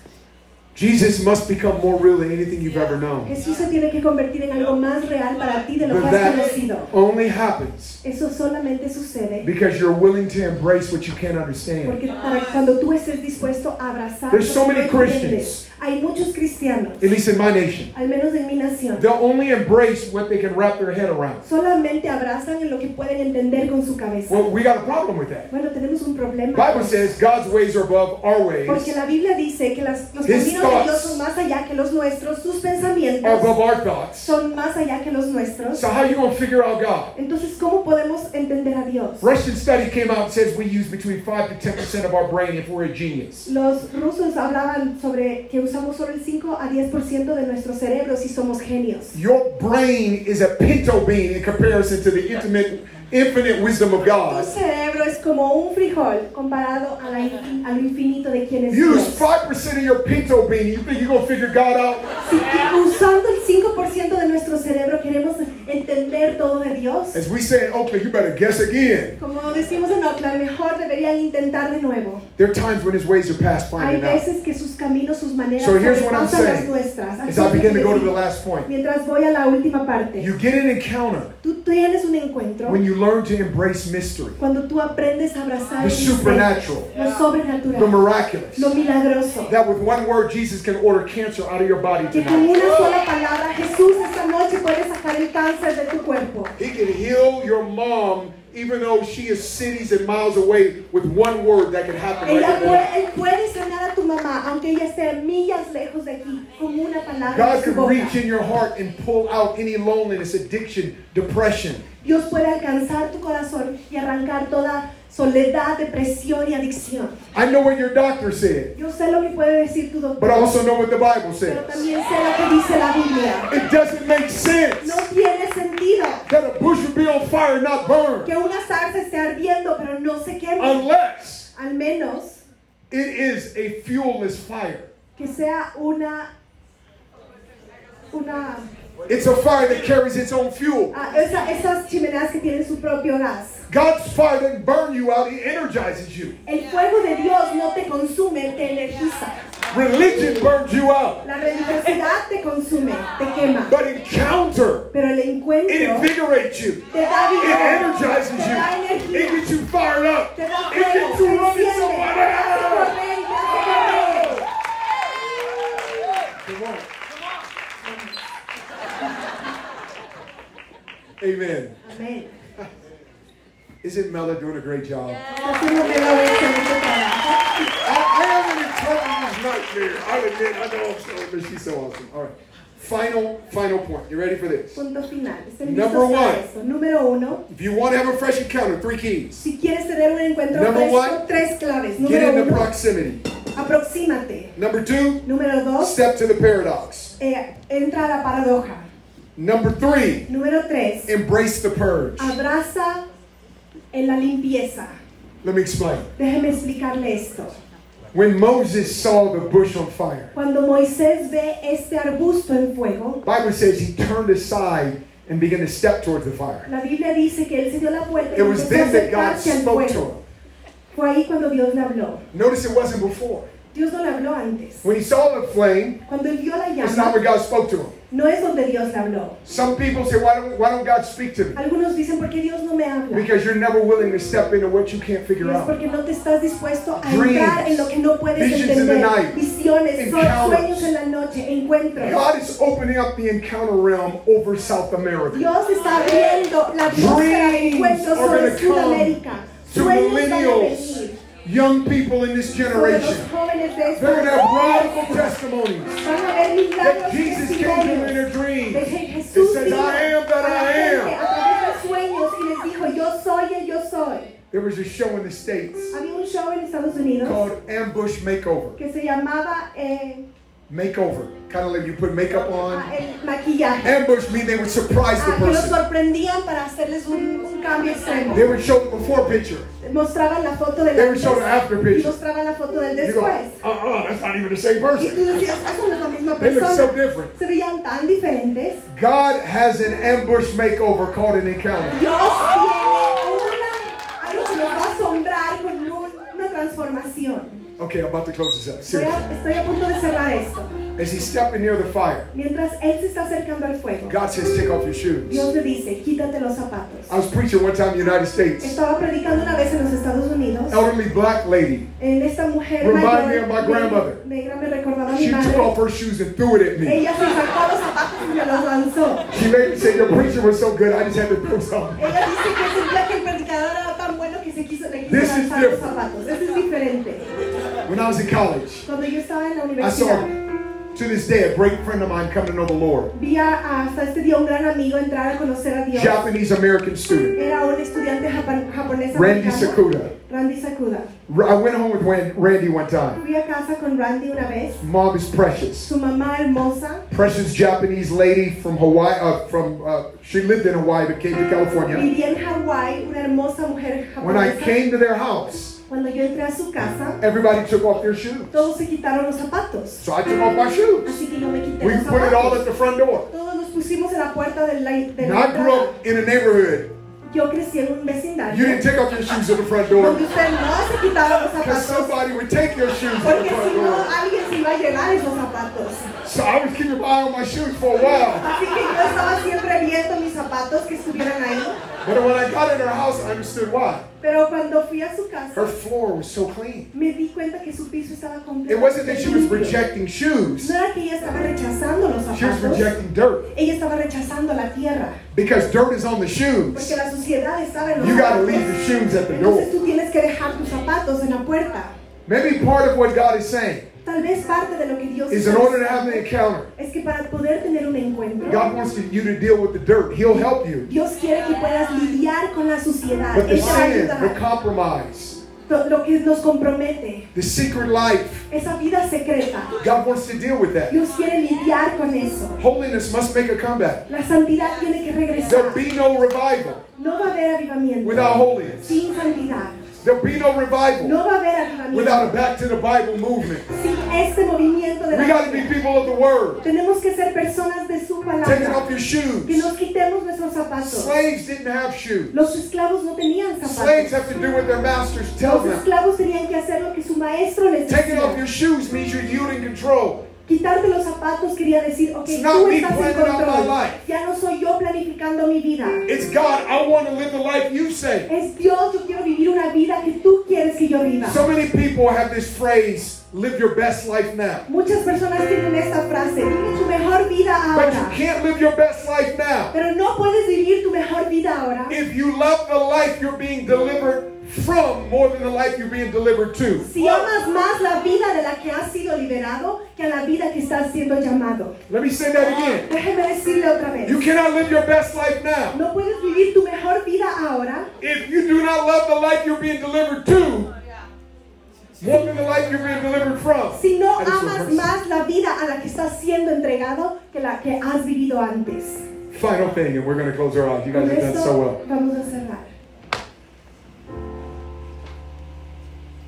Jesus must become more real than anything you've ever known.
Jesús se tiene que convertir en algo más real para ti de lo que
But
has conocido.
that only happens
Eso solamente sucede
because you're willing to embrace what you can't understand.
porque para- cuando tú estés dispuesto a abrazar,
There's so
lo que no
many
entiendes.
Christians.
hay muchos cristianos,
At least in my nation.
al menos en mi nación.
They'll only embrace what they can wrap their head around.
solamente abrazan en lo que pueden entender con su cabeza.
Well, we got a problem with that.
Bueno, tenemos un
The
problema.
Bible says God's ways are above our
porque
ways,
la Biblia dice que las- los
His
caminos de Dios
thoughts.
son más allá que los nuestros, sus
are
pensamientos
above our thoughts.
son más allá que los nuestros.
So how you gonna figure out God?
Entonces, ¿cómo podemos entender a Dios?
Russian study came out and says we use between five to ten percent of our brain if we're a genius.
Los rusos hablaban sobre que usamos solo el 5 a 10% de nuestro cerebro si somos genios.
Your brain is a pinto bean in comparison to the intimate, infinite wisdom of
Tu
God.
cerebro es como un frijol comparado a, la in- a lo infinito de quien es
Use
Dios.
five percent of your pinto bean. You think you're gonna figure God out?
Si que- usando el 5% de nuestro cerebro queremos entender todo de Dios,
As we say in Oakland, you better guess again.
como decimos en Oakland, mejor deberían intentar de nuevo.
There are times when His ways are past
Hay
finding out.
veces que sus caminos, sus maneras
So
son
here's what I'm
las
saying. As
nuestras. Así
I
es lo
begin
que
to go to
digo.
the last point,
Mientras voy a la última parte,
you get an encounter
tú tienes un encuentro
when you learn to embrace mystery,
cuando tú aprendes a abrazar
the
el misterio,
supernatural,
lo
the
sobrenatural,
miraculous.
lo milagroso.
That with one word, Jesus can order cancer out of your body
Que con
tonight.
una sola palabra, Jesús, esta noche puede sacar el cáncer de tu cuerpo.
He can heal your mom, even though she is cities and miles away, with one word that can happen
Ella
right now.
puede, él puede sanar a tu mamá, aunque ella esté millas lejos de aquí, con una palabra
God
en su
can
boca.
reach in your heart and pull out any loneliness, addiction, depression.
Dios puede alcanzar tu corazón y arrancar toda soledad, depresión y adicción.
I know what your doctor said,
Yo sé lo que puede decir tu
but
doctor,
I also know what the Bible
pero
says.
también sé lo que dice la Biblia.
It doesn't make sense
No tiene sentido
that a bush would be on fire and not burn
que una zarza esté ardiendo, pero no se queme.
unless
Al menos
it is a fuelless fire.
que sea una... Una...
It's a fire that carries its own fuel.
ah, esa- esas chimeneas que tienen su propio gas.
God's fire doesn't burn you out, it energizes you.
El fuego de Dios no te consume, te energiza.
Religion burns you out,
La religiosidad te consume, te quema.
but encounter,
Pero el
it
encuentro
invigorates you.
te da
It
vida,
energizes
te da
you. It
energía,
gets you fired up.
te da
It gets you
fuego, te
running somebody
enciende, te hace
out.
correr, te hace
Come
correr.
on. Amen.
Amén.
Isn't Mela doing a great job?
Está haciendo un excelente este trabajo.
I, I have an Trouble is not there. I admit, I know I'm sorry, but she's so awesome. All right. Final, final point. You ready for this?
Punto final. Estén
Number
listos para
one.
esto. Número uno.
If you want to have a fresh encounter, three keys.
Si quieres tener un encuentro
Number
fresco,
one.
tres claves.
Get
Número
into
uno,
proximity.
aproxímate.
Number two,
Número dos,
step to the paradox.
eh, entra a la paradoja.
Number three,
Número tres,
embrace the purge.
abraza en la limpieza.
Let me explain.
Déjeme explicarle esto.
When Moses saw the bush on fire,
Cuando Moisés ve este arbusto en fuego,
the Bible says he turned aside and began to step towards the fire.
la Biblia dice que él se dio la vuelta y
It was
empezó a
then that God
acercarse al
spoke to
fuego.
him.
Fue ahí cuando Dios le habló.
Notice it wasn't before.
Dios no le habló antes.
When he saw the flame,
Cuando él vio la
it's not
llama,
where God spoke to him.
no es donde Dios le habló.
Some people say, why don't, why don't God speak to me?
Algunos dicen, ¿por qué Dios no me habla? Y
Because you're never willing to step into what you can't figure
es
out.
porque no te estás dispuesto a
Dreams.
entrar en lo que no puedes
Visions in the
entender.
night.
Visiones, son
Encounters.
sueños en la noche, encuentros.
God is opening up the encounter realm over South America.
Dios está abriendo la atmósfera de
Dreams are
encuentros sobre
gonna come
Sudamérica.
To
Sueños van a
millennials,
venir
young people in this
sobre los
generation,
jóvenes de esta
they're going to have radical testimonies
Van a haber milagros
that Jesus came to them in their
testimonios
dreams.
de que
It
Jesús
says,
vino
I am that
a la
I
gente
am.
a través de sueños y les dijo, yo soy el yo soy.
There was a show in the States
Había un show en Estados Unidos
called Ambush Makeover.
que se llamaba eh,
Makeover. Kind of like you put makeup
ah,
on.
el maquillaje.
Ambush mean they would surprise the
Ah, que los
person.
sorprendían para hacerles un, un cambio extremo.
They would show the before picture.
Mostraban la foto del
They would show the
antes
after
y
picture.
mostraban la foto del
You go,
después.
uh-uh, that's not even the same
Y tú
person.
decías, "Ah, son la misma
They look so
persona.
different.
Se veían tan diferentes.
God has an ambush makeover called an encounter.
Dios tiene una, algo que nos va a asombrar con un- una transformación.
Okay, I'm about to close this up.
Estoy
Seriously.
a, estoy a punto de cerrar esto.
As he's stepping near the fire,
Mientras él se está acercando al fuego,
God says, take off your
Dios
shoes.
le dice, quítate los zapatos.
I was preaching one time in the United States.
Estaba predicando una vez en los Estados Unidos.
Elderly black lady.
En esta mujer
Remind
mayor,
me of my
ne-
grandmother.
negra me recordaba a mi
She took
madre.
off her shoes and threw it at me.
Ella se sacó los zapatos y me los lanzó.
She made me say, your preacher was so good, I just had to throw something.
Ella dice que sentía que el predicador era tan bueno que se quiso, le quiso
This is
lanzar los
different.
zapatos. Eso es diferente.
When I was in college,
Cuando yo estaba en la
I saw,
universidad,
to this day, a great friend of mine come to know the Lord.
vi a, hasta este día un gran amigo entrar a conocer a Dios.
Japanese American student.
Era un estudiante japan- japonés
Randy
americano.
Sakuda.
Randy Sakuda.
R- I went home with Ran- Randy one time.
Fui a casa con Randy una vez.
Mom is precious.
Su mamá hermosa,
Precious Japanese lady from Hawaii. Uh, from uh, she lived in Hawaii but came to California.
vivía en Hawái, una hermosa mujer
When I
japonesa.
came to their house,
Cuando yo entré a su casa,
everybody took off their shoes.
todos se quitaron los zapatos.
So I took off my shoes.
Así que yo me quité
We
los
put it all at
zapatos.
the front door.
Todos nos pusimos en la puerta del la, de
Now
la
I grew
entrada.
up in a neighborhood.
Yo crecí en un
You
vecindario
didn't take off your shoes at the front
donde
door
ustedes no se quitaron los
because
zapatos.
somebody would take your shoes at the
Porque
front
si no,
door.
alguien se iba a llevar esos zapatos.
So I was keeping my eye on my shoes for a while.
Así que yo estaba siempre viendo mis zapatos que estuvieran ahí.
But when I got in her house, I understood why.
Pero cuando fui a su
Her
casa,
floor was so clean.
me di cuenta que su piso estaba completo.
It wasn't that she was rejecting shoes.
No era que ella estaba rechazando los
She was
zapatos.
rejecting dirt
Ella estaba rechazando la tierra.
because dirt is on the
Porque
shoes.
la sociedad estaba en los
You got to
zapatos.
leave the shoes at the
Entonces
door.
tú tienes que dejar tus zapatos en la puerta.
Maybe part of what God is saying
Tal vez parte de lo que Dios
is in
está
order to have an encounter,
es que para poder tener un encuentro,
God wants to- you to deal with the dirt. He'll help you.
Dios quiere que puedas lidiar con la suciedad.
But the
Él te va a
sin, the
ayudar.
compromise,
Lo- Lo que nos compromete,
the secret life,
esa vida secreta,
God wants to deal with that.
Dios quiere lidiar con eso.
Holiness must make a comeback.
La santidad tiene que
There'll
regresar.
be no revival
No va a haber avivamiento
without holiness.
sin santidad.
There'll be no revival
No va a haber avivamiento
without a back to the Bible movement.
sin este movimiento de
We
la
got to be
vida.
people of the word.
Tenemos que ser personas de su
Taking off
palabra.
your
Que nos
shoes.
quitemos nuestros zapatos.
Slaves didn't have shoes.
Los esclavos no tenían
Slaves
zapatos.
have to do what their masters tell
Los
them.
esclavos tenían que hacer lo que su maestro les
Taking off your
decía.
shoes means you're yielding control.
Quitarte los zapatos quería decir, ok,
It's not
tú
me
estás en
planning out
control.
my life.
Ya no soy yo planificando mi vida.
It's God, I want to live the life you say.
Es Dios, yo quiero vivir una vida que tú quieres que yo viva.
So many people have this phrase, live your best life now.
Muchas personas tienen esta frase, vive tu mejor vida
But you
ahora.
can't live your best life now.
Pero no puedes vivir tu mejor vida ahora.
If you love the life you're being delivered from more than the life you're being delivered to.
Si amas más la vida de la que has sido liberado que a la vida que estás siendo llamado.
Let me say that again.
Déjeme decirle otra
You
vez.
cannot live your best life now.
No puedes vivir tu mejor vida ahora
If you do not love the life you're being delivered to,
Yeah.
more than the life you're being delivered from.
si no
That is your
amas
verse.
más la vida a la que estás siendo entregado que la que has vivido antes.
Final thing, and we're going to close our eyes. You
Con
guys have done so
esto
well.
vamos a cerrar.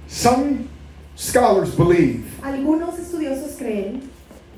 Some scholars believe
Algunos estudiosos creen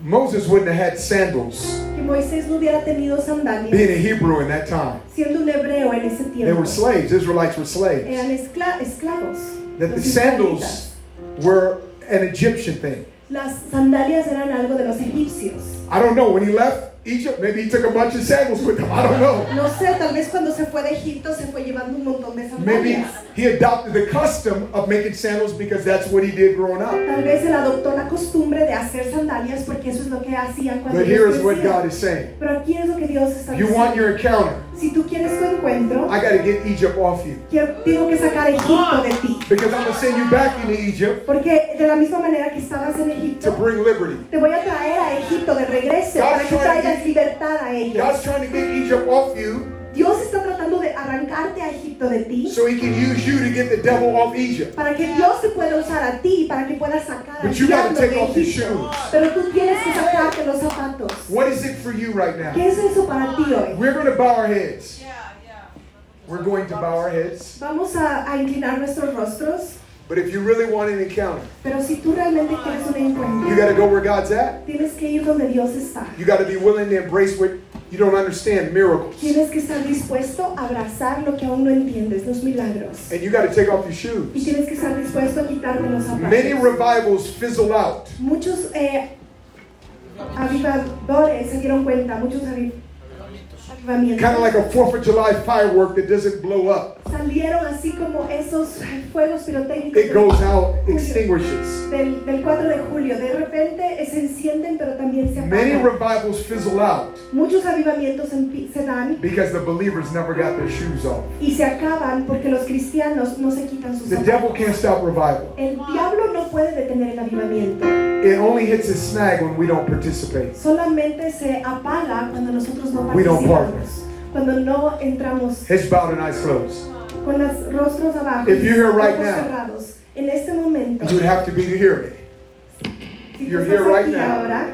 Moses wouldn't have had sandals
que Moisés no hubiera tenido sandalias
being a Hebrew in that time.
siendo un hebreo en ese
They
tiempo.
were slaves. Israelites were slaves.
Eran escla- esclavos.
That the
los
sandals
israelitas.
were an Egyptian thing.
Las sandalias eran algo de los egipcios.
I don't know. When he left Egypt, maybe he took a bunch of sandals with him. I don't know.
No sé, tal vez cuando se fue de Egipto se fue llevando un montón de
Maybe
sandalias.
he adopted the custom of making sandals because that's what he did growing up.
Tal vez él adoptó la costumbre de hacer sandalias porque eso es lo que hacían cuando
But here
ellos
is what
crecían.
God is saying.
Pero aquí es lo que Dios está
You want your encounter.
Si tú quieres tu encuentro,
I got to get Egypt off you
quiero- tengo que sacar a Egipto de ti.
because I'm going to send you back into Egypt
Porque de la misma manera que estabas en
to
Egipto,
bring liberty.
te voy a traer a Egipto de regreso
God's trying
para que
to
traigas
get-
libertad a ellos.
God's trying to get Egypt off you
Dios está tratando de arrancarte a Egipto de ti
so he can use you to get the devil off Egypt.
para que Dios se pueda usar a ti, para que puedas sacar al
But you got
diablo
to take
de
off your
Egipto.
shoes.
Pero tú tienes que sacarte los zapatos.
What is it for you right now?
¿Qué es eso para ti hoy?
We're going to bow our heads.
Yeah, yeah.
We're going to bow our heads.
Vamos a, a inclinar nuestros rostros,
But if you really want an encounter,
pero si tú realmente quieres un
you got
encuentro,
to go where God's at.
tienes que ir donde Dios está.
You got to be willing to embrace what you don't understand miracles.
Tienes que estar dispuesto a abrazar lo que aún no entiendes, los milagros.
And you got to take off your
Y
shoes.
tienes que estar dispuesto a quitarte los
Many
zapatos.
revivals fizzle out
Muchos eh, avivadores se dieron cuenta, muchos avi-
kind of
avivamientos
like a Fourth of July firework that doesn't blow up.
salieron así como esos fuegos
It goes
pirotécnicos
out, extinguishes.
del, del 4 de julio. De repente eh, se encienden, pero también se
Many
apagan.
revivals fizzle out
Muchos avivamientos en- se dan
because the believers never got their shoes off.
y se acaban porque los cristianos no se quitan sus
The
zapatos.
devil can't stop revival.
El diablo no puede detener el avivamiento.
It only hits a snag when we don't participate.
Solamente se apaga cuando nosotros no
We don't
participamos. Cuando no entramos
Heads bowed and eyes closed.
con los rostros abajo,
If you're here right
ojos
now,
cerrados. En este momento,
You would have to be to hear me.
si tú
you're
estás
here
aquí
right now.
ahora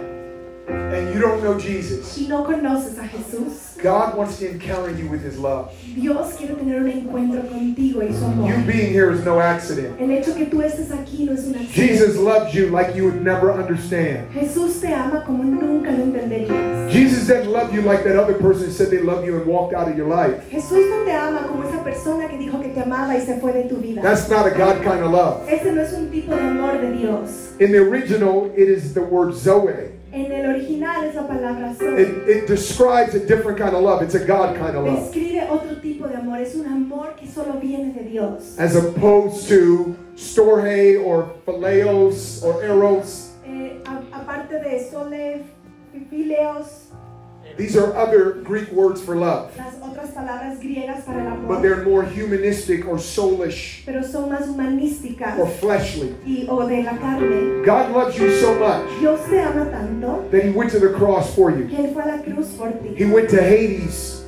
And you don't know Jesus.
y no conoces a Jesús,
God wants to encounter you with his love.
Dios quiere tener un encuentro contigo y su amor.
You being here is no accident.
El hecho que tú estés aquí no es una
Jesus loves you like you would never understand.
Jesús te ama como nunca lo entenderías.
Jesus doesn't love you like that other person said they love you and walked out of your life.
Jesús no te ama como esa persona que dijo que te amaba y se fue de tu vida.
That's not a God kind of love.
Ese no es un tipo de amor de Dios.
In the original, it is the word Zoe.
En el original es la palabra
It,
Zoe.
it describes a different kind of love. It's a God kind of love.
Describe otro tipo de amor, es un amor que solo viene de Dios.
As opposed to storge or phileos or eros.
Eh, a- aparte de sole, fileos,
These are other Greek words for love.
las otras palabras griegas para el
But
amor,
they're more humanistic or soulish
pero son más humanísticas
or fleshly.
y, o de la carne.
God loves you so much
Dios te ama tanto
that he went to the cross for you.
que Él fue a la cruz por ti.
He went to Hades.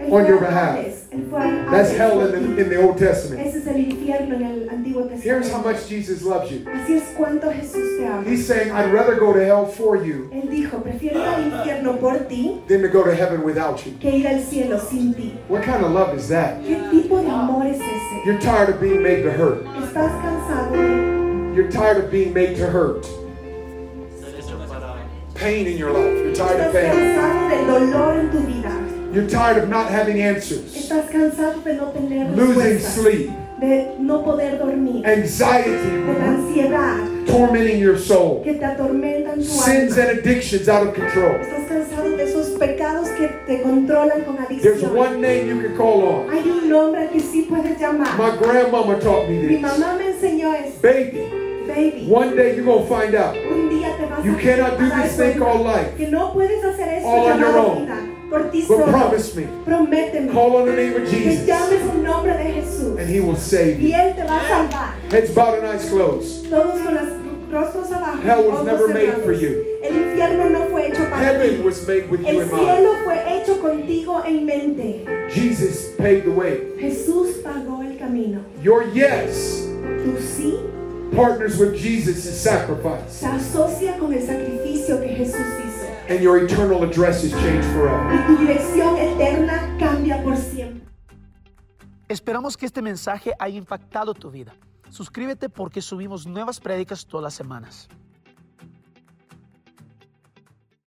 Él fue
on your
a
behalf.
Hades, Él fue a
That's
Hades
hell
por
in
ti.
the, in the Old Testament.
Ese es el infierno en el Antiguo
Here's how
Testamento.
much Jesus loves you.
Así es cuanto Jesús te ama.
He's saying, I'd rather go to hell for you
Él dijo, prefiero ir al infierno por ti
than to go to heaven without you.
que ir al cielo sin ti.
What kind of love is that?
¿Qué tipo de amor es ese?
You're tired of being made to hurt.
¿Estás cansado de
You're tired of being made to hurt. Pain in your life. You're tired
¿Estás
of pain.
cansado del dolor en tu vida?
You're tired of not having answers.
¿Estás cansado de no tener
Losing
respuestas?
sleep.
De no poder dormir? De la
Anxiety.
ansiedad
Tormenting your soul.
que te atormentan tu
Sins
alma?
and addictions out of control.
¿Estás cansado de esos pecados que te controlan con
There's
adicción?
one name you can call on.
Hay un nombre al que sí puedes llamar.
My grandmama taught
Mi
me this.
mamá me enseñó esto,
Baby,
baby.
one day you're going to find out.
Un día te vas
You
a
cannot do
dar
this thing
cuenta
called life
que no puedes hacer eso
all on your
llamado
own.
vida por ti
But
solo.
promise me,
Prométeme
call on the name of
que
Jesus,
llames el nombre de Jesús
and He will save
y
you.
Él te va a salvar.
Heads bowed and eyes closed.
Todos con los rostros abajo.
Hell was
ojos
never made for
cerrados.
you.
El infierno no fue hecho para
Heaven
ti.
was made with you
El
in mind.
cielo fue hecho contigo en mente.
Jesus paved the way.
Jesús pagó el camino.
Your yes
Tu sí
partners with Jesus' sacrifice,
se asocia con el sacrificio que Jesús hizo.
and your eternal address is changed forever.
Y tu dirección eterna cambia por siempre.
Esperamos que este mensaje haya impactado tu vida. Suscríbete porque subimos nuevas prédicas todas las semanas.